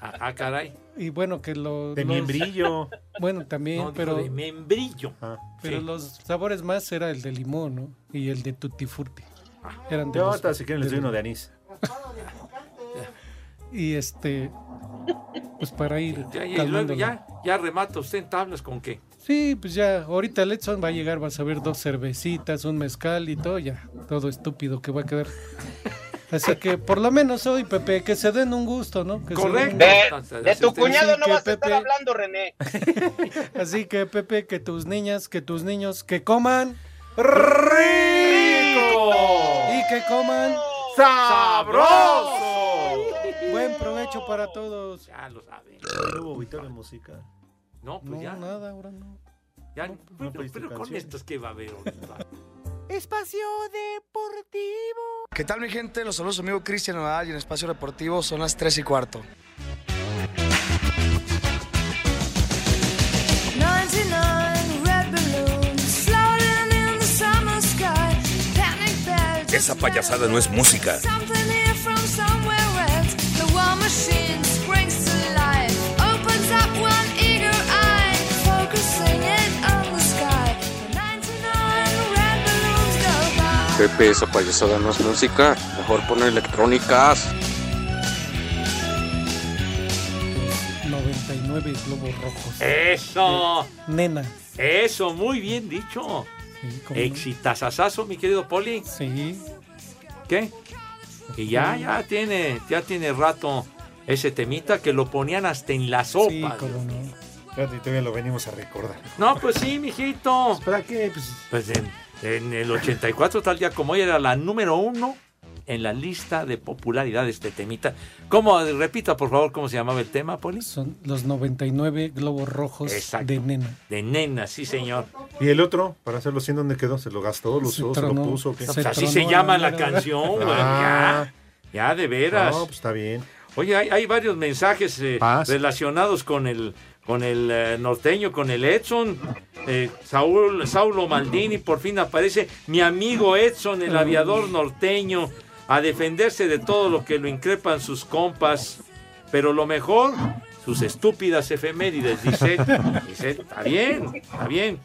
Speaker 8: Ah, ah, caray.
Speaker 7: Y bueno, que lo...
Speaker 9: De
Speaker 7: los-
Speaker 9: miembrillo.
Speaker 7: (laughs) Bueno, también,
Speaker 8: No, dijo
Speaker 7: pero, Ah,
Speaker 8: de membrillo. Ah,
Speaker 7: pero
Speaker 8: Sí.
Speaker 7: los sabores más era el de limón, ¿no? Y el de tutti frutti.
Speaker 8: Ah.
Speaker 7: Eran de
Speaker 9: Yo
Speaker 7: los-
Speaker 9: hasta si quieren les doy uno de anís.
Speaker 7: Y este... Pues para ir
Speaker 8: Ya, ya, y luego
Speaker 7: calmándola.
Speaker 8: ya, ya remata usted en tablas con qué.
Speaker 7: Sí, pues ya, ahorita el Edson va a llegar, vas a ver dos cervecitas, un mezcal y todo, ya, todo estúpido que va a quedar. Así que por lo menos hoy, Pepe, que se den un gusto, ¿no? Que se
Speaker 8: Correcto.
Speaker 7: den un-
Speaker 8: De- de tu
Speaker 7: Así
Speaker 4: cuñado no
Speaker 7: que,
Speaker 4: vas a
Speaker 7: Pepe,
Speaker 4: estar hablando, René.
Speaker 7: Así que, Pepe, que tus niñas, que tus niños, que coman
Speaker 9: rico
Speaker 7: y que coman
Speaker 9: sabroso.
Speaker 7: Buen provecho para todos.
Speaker 8: Pues, Ya lo saben.
Speaker 9: ¿No hubo de música?
Speaker 8: No, pues
Speaker 7: No,
Speaker 8: ya.
Speaker 7: nada, ahora no. pues,
Speaker 8: ya bueno,
Speaker 9: pediste
Speaker 8: pero con
Speaker 9: canciones.
Speaker 8: estos que va a
Speaker 7: (laughs)
Speaker 8: haber ahorita.
Speaker 5: Espacio Deportivo.
Speaker 19: ¿Qué tal mi gente? Los saludos su amigo Cristian Nodal y en Espacio Deportivo son las 3 y cuarto.
Speaker 18: Esa payasada no es música.
Speaker 12: Pepe, esa payasada no es música. Mejor poner electrónicas.
Speaker 7: nueve globos rojos.
Speaker 8: Eh, ¡Eso!
Speaker 7: De nena.
Speaker 8: Eso, muy bien dicho.
Speaker 7: Sí, cómo no.
Speaker 8: Exitasasazo, mi querido Poli.
Speaker 7: Sí.
Speaker 8: ¿Qué? Y ya, ya tiene, ya tiene rato ese temita que lo ponían hasta en la sopa.
Speaker 7: Sí, cómo no.
Speaker 9: Fíjate, todavía lo venimos a recordar.
Speaker 8: No, pues sí, mijito.
Speaker 9: ¿Para qué? Pues,
Speaker 8: Pues en, en el 84, tal día como hoy, era la número uno en la lista de popularidad de este temita. ¿Cómo? Repita, por favor, cómo se llamaba el tema, Poli.
Speaker 7: Son los 99 globos rojos
Speaker 8: Exacto.
Speaker 7: de nena.
Speaker 8: De nena, sí, señor.
Speaker 9: ¿Y el otro? Para hacerlo sin dónde quedó. ¿Se lo gastó? ¿Lo
Speaker 7: Se
Speaker 9: usó? ¿Se lo
Speaker 7: tronó.
Speaker 9: puso? o qué?
Speaker 7: Se
Speaker 8: Pues así
Speaker 7: tronó
Speaker 8: se
Speaker 7: la
Speaker 8: llama la
Speaker 7: mera-
Speaker 8: canción, güey.
Speaker 9: Ah.
Speaker 8: Ya, ya, de veras.
Speaker 9: No, pues está bien.
Speaker 8: Oye, hay, hay varios mensajes eh,
Speaker 9: Paz.
Speaker 8: relacionados con el con el eh, norteño, con el Edson. Eh, Saúl, Saulo Maldini por fin aparece. Mi amigo Edson, el aviador norteño, a defenderse de todo lo que lo increpan sus compas. Pero lo mejor, sus estúpidas efemérides, dice. dice está bien, está bien.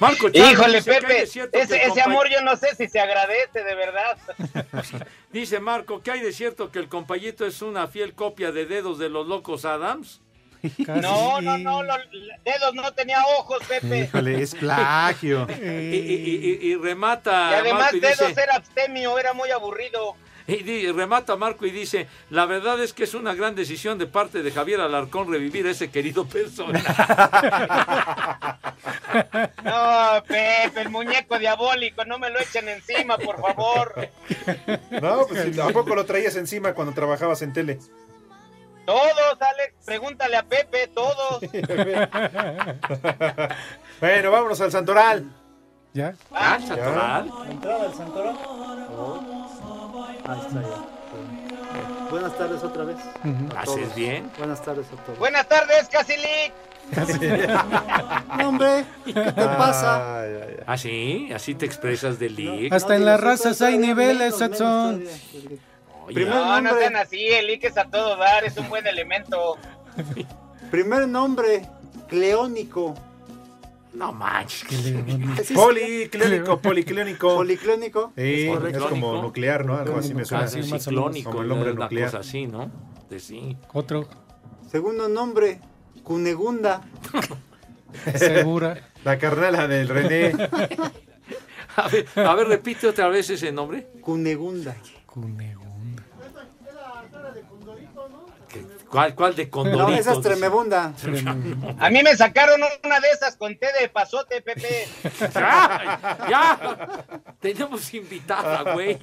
Speaker 8: Marco Chávez
Speaker 4: Híjole,
Speaker 8: Pues dice que hay
Speaker 4: Pepe,
Speaker 8: de cierto que
Speaker 4: ese,
Speaker 8: el
Speaker 4: ese
Speaker 8: compañ-
Speaker 4: amor yo no sé si se agradece, de verdad.
Speaker 8: (laughs) Dice Marco, ¿qué hay de cierto que el compañito es una fiel copia de dedos de los locos Adams?
Speaker 4: No, no, no, los dedos no tenía ojos, Pepe.
Speaker 9: Híjole, es plagio.
Speaker 8: Y, y- y- y remata
Speaker 4: Y además
Speaker 8: Marco y dice,
Speaker 4: dedos era abstemio, era muy aburrido.
Speaker 8: y di- remata Marco y dice, la verdad es que es una gran decisión de parte de Javier Alarcón revivir a ese querido personaje.
Speaker 9: (laughs)
Speaker 4: No, Pepe, el muñeco diabólico, no me lo echen encima, por favor.
Speaker 9: No, pues ¿a poco lo traías encima cuando trabajabas en tele? (laughs)
Speaker 4: Todos, Alex, pregúntale a Pepe, todos.
Speaker 9: Bueno, vámonos al Santoral.
Speaker 7: ¿Ya?
Speaker 8: Ah, Santoral.
Speaker 6: Entrada al Santoral. Oh. Ahí está ya. Buenas tardes otra vez.
Speaker 7: Ujú.
Speaker 6: a
Speaker 8: ¿Haces
Speaker 6: todos.
Speaker 8: bien?
Speaker 6: Buenas tardes a todos.
Speaker 4: Buenas tardes, Casilic.
Speaker 6: No, hombre, ¿qué te
Speaker 8: Ah.
Speaker 6: pasa?
Speaker 8: Así, ¿Ah, así te expresas de Lick.
Speaker 7: Hasta en las
Speaker 8: pues,
Speaker 7: razas hay niveles, Edson.
Speaker 8: Oye,
Speaker 4: No, no sean así, el Ike es a todo dar, es un buen elemento.
Speaker 6: Primer nombre, Cleónico.
Speaker 8: no manches.
Speaker 6: Así es.
Speaker 9: Policlónico, policlónico.
Speaker 6: Policlónico.
Speaker 8: Eh.
Speaker 9: Sí,
Speaker 6: es
Speaker 9: es,
Speaker 6: correcto.
Speaker 9: como nuclear, ¿no? Algo así me suena.
Speaker 8: Casi
Speaker 7: más o
Speaker 8: ciclónico,
Speaker 9: Como el hombre
Speaker 8: una
Speaker 9: nuclear.
Speaker 8: cosa así, ¿no? De sí.
Speaker 7: Otro,
Speaker 6: Segundo nombre, Cunegunda.
Speaker 7: segura.
Speaker 9: La carnala del
Speaker 6: (laughs)
Speaker 9: René.
Speaker 8: (laughs) A ver, a ver, repite otra vez ese nombre.
Speaker 6: Cunegunda.
Speaker 7: Cunegunda.
Speaker 8: ¿Qué- ¿Cuál, cuál de Condorito?
Speaker 6: No, esa es
Speaker 8: dice?
Speaker 6: tremebunda.
Speaker 4: A mí me sacaron una de esas con té de pasote,
Speaker 8: (laughs)
Speaker 4: Pepe.
Speaker 8: ¡Ya! ¡Ya! Tenemos invitada, güey.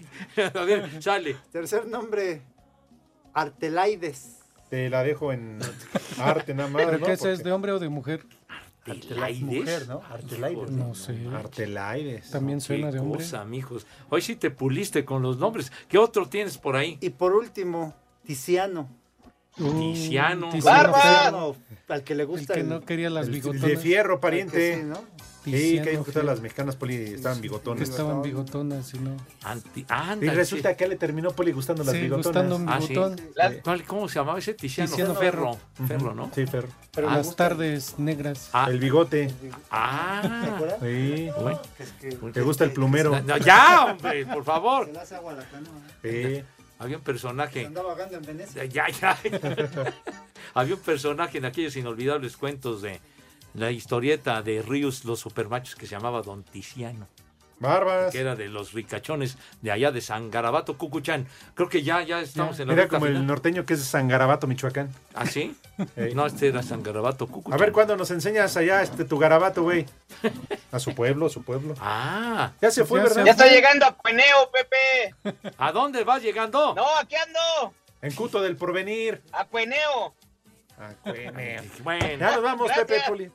Speaker 8: A ver, sale.
Speaker 6: Tercer nombre, Artelaides.
Speaker 9: Te la dejo en arte
Speaker 7: (laughs)
Speaker 9: nada más.
Speaker 7: ¿Pero
Speaker 9: ¿no?
Speaker 7: qué ese es
Speaker 9: Porque-
Speaker 7: de hombre o de mujer?
Speaker 8: Artelaides.
Speaker 9: ¿no? Artelaides.
Speaker 7: No sé.
Speaker 9: Artelaides.
Speaker 7: También suena
Speaker 8: Qué
Speaker 7: de hombre.
Speaker 8: cosa, mijos. Hoy sí te puliste con los nombres. ¿Qué otro tienes por ahí?
Speaker 6: Y por último, Tiziano.
Speaker 7: Uh,
Speaker 8: Tiziano.
Speaker 4: ¡Barba!
Speaker 7: Ferro,
Speaker 6: No, al que le
Speaker 7: El
Speaker 6: gusta
Speaker 7: que
Speaker 6: el-
Speaker 7: no quería las
Speaker 9: El- el
Speaker 7: bigotonas.
Speaker 9: de fierro,
Speaker 6: Sí,
Speaker 9: pariente.
Speaker 6: ¿no?
Speaker 9: Sí, que ahí
Speaker 7: Tiziano
Speaker 9: justo
Speaker 7: Ferro.
Speaker 9: las mexicanas poli estaban
Speaker 7: Que
Speaker 9: bigotones.
Speaker 7: estaban bigotonas, y no.
Speaker 8: Anti, ándale,
Speaker 9: Y resulta
Speaker 8: sí.
Speaker 9: que le terminó poli gustando las
Speaker 7: Sí, gustando mi
Speaker 9: bigotonas.
Speaker 8: Ah, sí.
Speaker 7: bigotón.
Speaker 4: Las-
Speaker 8: ¿Cuál- ¿Cómo se llamaba ese Tiziano?
Speaker 7: Tiziano
Speaker 8: Ferro.
Speaker 9: Ujú.
Speaker 8: Ferro, ¿no?
Speaker 9: Sí, ferro.
Speaker 6: Pero
Speaker 8: Ah,
Speaker 6: le
Speaker 7: Las
Speaker 6: gusta-
Speaker 7: tardes negras.
Speaker 8: Ah,
Speaker 9: El bigote.
Speaker 6: ¿Te
Speaker 8: ah.
Speaker 6: acuerdas?
Speaker 9: Sí.
Speaker 8: Bueno,
Speaker 6: Es que-
Speaker 9: Te gusta el plumero.
Speaker 8: no, ya, hombre, por
Speaker 6: Se
Speaker 8: favor.
Speaker 6: le hace agua a la canoa.
Speaker 9: Sí.
Speaker 8: Había un personaje.
Speaker 6: Andaba vagando en Venecia.
Speaker 8: Ya, ya. Había un personaje en aquellos inolvidables cuentos de la historieta de Ríos los Supermachos que se llamaba Don Tiziano,
Speaker 9: Barbas.
Speaker 8: que era de los ricachones de allá de San Garabato Cucuchán. Creo que ya, ya estamos en la
Speaker 9: Era
Speaker 8: recta
Speaker 9: como el
Speaker 8: final.
Speaker 9: norteño que es de San Garabato, Michoacán.
Speaker 8: ¿Ah, sí?
Speaker 9: Ey.
Speaker 8: No, este era San Garabato Cucuchán.
Speaker 9: A ver cuándo nos enseñas allá este tu garabato, güey. A su pueblo, a su pueblo.
Speaker 8: Ah,
Speaker 9: Ya se fue,
Speaker 7: Pues Ya se
Speaker 9: ¿verdad?
Speaker 4: Ya está llegando a Cueneo, Pepe.
Speaker 8: ¿a dónde vas llegando?
Speaker 4: No, aquí ando.
Speaker 9: En Cuto del Porvenir.
Speaker 4: A Cueneo.
Speaker 9: Ah, güey.
Speaker 8: Bueno,
Speaker 9: Ya nos vamos,
Speaker 4: Gracias.
Speaker 9: Pepe Poli.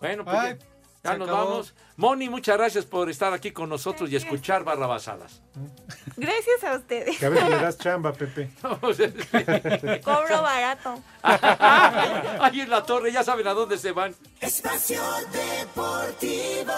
Speaker 8: bueno, pues
Speaker 7: Ay,
Speaker 8: ya, ya
Speaker 7: se
Speaker 8: nos
Speaker 7: acabó.
Speaker 8: vamos. Moni, muchas gracias por estar aquí con nosotros y escuchar barrabasadas. (laughs)
Speaker 13: Gracias a ustedes.
Speaker 9: Que a veces le
Speaker 11: (laughs)
Speaker 9: das chamba, Pepe.
Speaker 13: Cobro barato.
Speaker 8: (laughs) Ahí en la torre, ya saben a dónde se van.
Speaker 5: Espacio Deportivo.